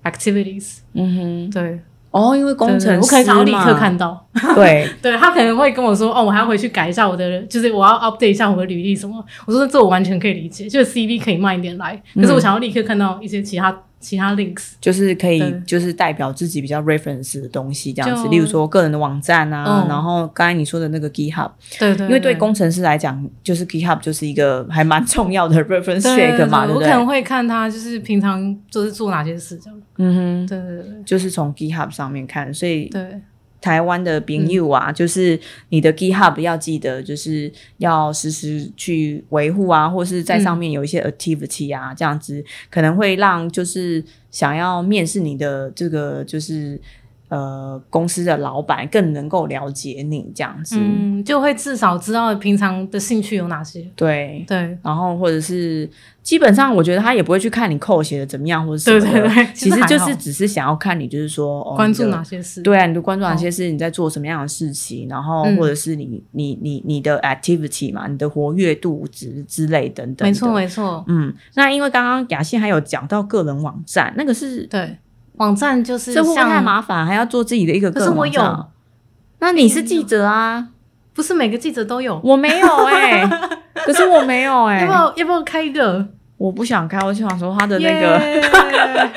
B: activities，、
A: 嗯
B: 对，
A: 哼，哦，因为工程师
B: 对
A: 嘛
B: 我可能想要立刻看到，
A: 对，
B: 对他可能会跟我说，哦，我还要回去改一下我的，就是我要 update 一下我的履历什么，我说这我完全可以理解，就是 CV 可以慢一点来，可是我想要立刻看到一些其他其他 links，
A: 就是可以
B: 对，
A: 就是代表自己比较 reference 的东西，这样子，
B: 就
A: 例如说个人的网站啊，
B: 嗯
A: 然后刚才你说的那个 GitHub，
B: 对对，
A: 因为对工程师来讲，就是 GitHub 就是一个还蛮重要的 reference
B: 对对
A: check 嘛，对不
B: 对我可
A: 对？
B: 能会看他就是平常就是做哪些事这样，
A: 嗯
B: 对对对
A: 哼，就是从 GitHub 上面看，所以
B: 对。
A: 台湾的朋友啊，
B: 嗯
A: 就是你的 GitHub 要记得，就是要时时去维护啊，或是在
B: 嗯
A: 上面有一些 activity 啊，这样子可能会让就是想要面试你的这个就是呃公司的老板更能够了解你这样子，
B: 嗯，就会至少知道平常的兴趣有哪些。
A: 对。
B: 对，
A: 然后或者是基本上，我觉得他也不会去看你扣写的怎么样或者什
B: 对
A: 么
B: 对
A: 的，
B: 对，
A: 其
B: 实
A: 实
B: 还
A: 就是
B: 好
A: 只是想要看你就是说、哦、
B: 关
A: 你
B: 注
A: 的
B: 哪些事。
A: 对啊，你就关注哪
B: 哦
A: 些事，你在做什么样的事情，然后
B: 嗯
A: 或者是你你你你的 activity 嘛，你的活跃度值之类等等的。
B: 没错没错，
A: 嗯，那因为刚刚雅欣还有讲到个人网站，那个是
B: 对，网站就是
A: 这会不会太
B: 像，
A: 麻烦，还要做自己的一个
B: 可
A: 个
B: 是
A: 人
B: 我
A: 网
B: 有
A: 站。那你是记者啊？
B: 不是每个记者都有。
A: 我没 有哎、可是我没有哎、
B: 要不要要不要开一个？
A: 我不想开，我就想说他的那个
B: 个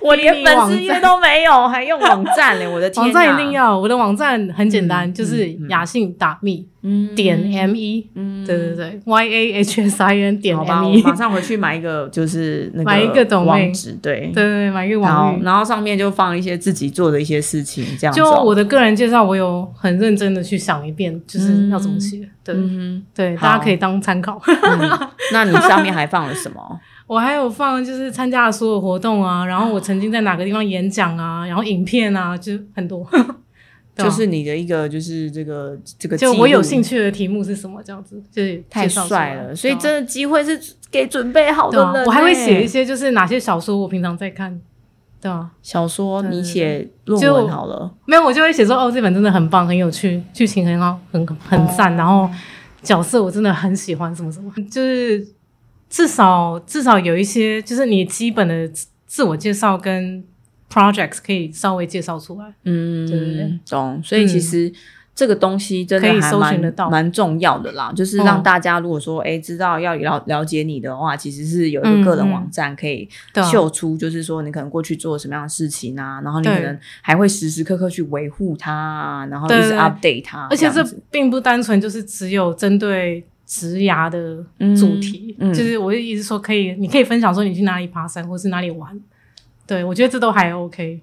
A: 我连
B: 迷你
A: 粉
B: 网
A: 丝页
B: 站
A: 都没有，还用网站嘞、我的天、啊，
B: 网站一定要，我的网站很简单，
A: 嗯
B: 就是
A: 嗯嗯
B: 雅信打密
A: 嗯
B: 点 M E，
A: 嗯
B: 对对对，Y A H S I N 点
A: 好吧，
B: M
A: 我
B: E，
A: 马上回去买一个，就是那
B: 买一个 domain
A: 网址，对
B: 对对，对，买一个
A: 然
B: 网
A: 后
B: 域。
A: 然后上面就放一些自己做的一些事情，这样子
B: 就
A: 哦、
B: 我的个人介绍，我有很认真的去想一遍，就是要怎么写。对，
A: 嗯
B: 对，
A: 好
B: 大家可以当参考。
A: 哼，嗯那你上面还放了什么？
B: 我还有放就是参加的所有活动啊，然后我曾经在哪个地方演讲啊，然后影片啊，就是很 多。 对啊
A: 嗯就是你的一个，就是这个这个，
B: 就我有兴。趣的题目是什么这样子，就是
A: 太
B: 介绍出
A: 帅
B: 来
A: 了，所以
B: 对啊
A: 真的机会是给准备好的
B: 对
A: 人
B: 啊
A: 欸、
B: 我还会写一些就是哪些小说我平常在看，对啊，
A: 小说，
B: 对
A: 你
B: 对
A: 写论
B: 就
A: 文好了。
B: 没有我就会写说哦这本真的很棒，很有趣，剧情很好，很很赞，然后角色我真的很喜欢，什么什么，就是至少至少有一些就是你基本的自自我介绍跟 projects 可以稍微介绍出来。
A: 嗯，
B: 对不对
A: 懂。所以其
B: 嗯
A: 实这个东西真的
B: 可以
A: 还
B: 搜寻
A: 蛮
B: 得到
A: 蛮重要的啦，就是
B: 嗯
A: 让大家如果说哎、诶知道要了了解你的话，其实是有一个
B: 嗯
A: 个人
B: 嗯
A: 网站可以
B: 对啊
A: 秀出，就是说你可能过去做了什么样的事情啊，然后你可
B: 对
A: 能还会时时刻刻去维护它啊，然后
B: 对
A: 一直
B: 对
A: update 它，
B: 而且
A: 啊这
B: 这
A: 样子
B: 并不单纯就是只有针对职涯的主题，
A: 嗯嗯
B: 就是我的意思说，可以，你可以分享说你去哪里爬山，或是哪里玩。对我觉得这都还 OK，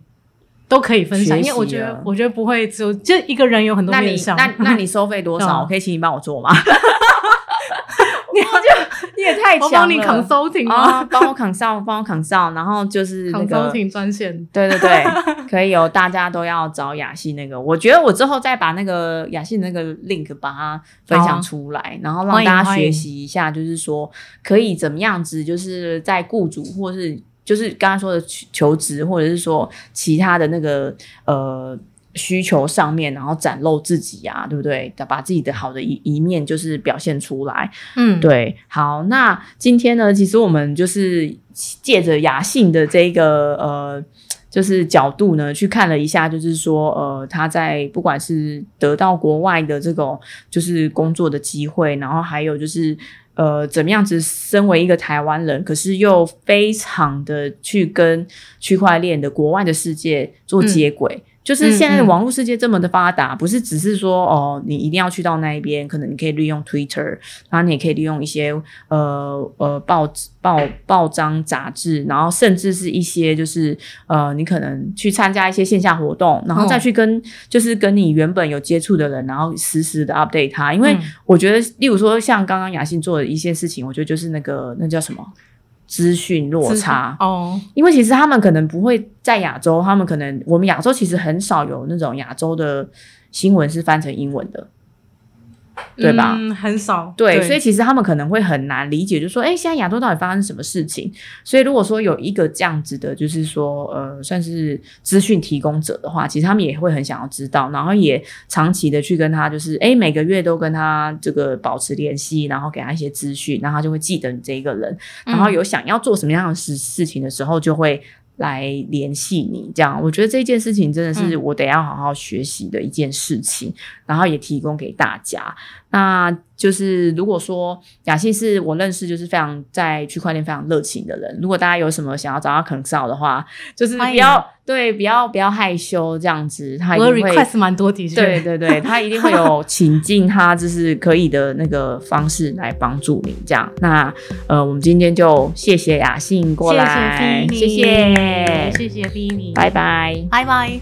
B: 都可以分
A: 学
B: 享，因
A: 习
B: 为我觉得
A: 了
B: 我觉得不会只有就一个人有很多
A: 那
B: 面
A: 你
B: 向。
A: 那那你收费多
B: 对
A: 少？
B: 啊
A: 我可以请你帮我做 吗？你好像你也太强了，
B: 我帮你 consulting
A: 啊，
B: 吗、
A: 帮我 consult，帮我 consult，然后就是那个
B: consulting 专线。
A: 对对对，可以哦，大家都要找雅戏那个。我觉得我之后再把那个雅戏那个 link 把它分享出来，然后让
B: 欢迎
A: 大家
B: 欢
A: 学
B: 迎
A: 习一下，就是说可以怎么样子，就是在雇主或是就是刚刚说的求求职，或者是说其他的那个呃。需求上面，然后展露自己啊，对不对？把自己的好的一一面就是表现出来，
B: 嗯，
A: 对，好，那今天呢，其实我们就是借着雅信的这个呃，就是角度呢，去看了一下，就是说呃，他在不管是得到国外的这种就是工作的机会，然后还有就是。呃，怎么样子？身为一个台湾人，可是又非常的去跟区块链的国外的世界做接轨，就是现在的
B: 嗯嗯嗯
A: 网络世界这么的发达，不是只是说哦，你一定要去到那一边，可能你可以利用 Twitter，然后你也可以利用一些呃呃报纸报报章杂志，然后甚至是一些就是呃你可能去参加一些线下活动，然后
B: 哦
A: 再去跟、就是跟你原本有接触的人，然后实时的 update 他。因为
B: 嗯
A: 我觉得，例如说像刚刚雅欣做的一些事情，我觉得就是那个那叫什么资讯落
B: 资
A: 差。
B: 哦，
A: 因为其实他们可能不会在亚洲，他们可能我们亚洲其实很少有那种亚洲的新闻是翻成英文的，对吧？
B: 嗯，很少。
A: 对，所以其实他们可能会很难理解，就说，哎，现在亚洲到底发生什么事情？所以如果说有一个这样子的，就是说，呃，算是资讯提供者的话，其实他们也会很想要知道，然后也长期的去跟他，就是，哎，每个月都跟他这个保持联系，然后给他一些资讯，然后他就会记得你这一个人，
B: 嗯
A: 然后有想要做什么样的事事情的时候，就会。来联系你，这样我觉得这件事情真的是
B: 嗯
A: 我得要好好学习的一件事情，然后也提供给大家。那就是如果说雅信是我认识就是非常在区块链非常热情的人，如果大家有什么想要找他 consult 的话，就是不
B: 欢迎
A: 要对不要不要害羞这样子，他一
B: 我的
A: 定会
B: request 蛮多的确。
A: 对对对，他一定会 有请进他就是可以的那个方式来帮助你这样。那呃，我们今天就谢谢雅信过来，
B: 谢谢
A: 谢
B: Vinny，
A: 谢，
B: 谢谢 v i n
A: 拜拜。
B: 拜拜。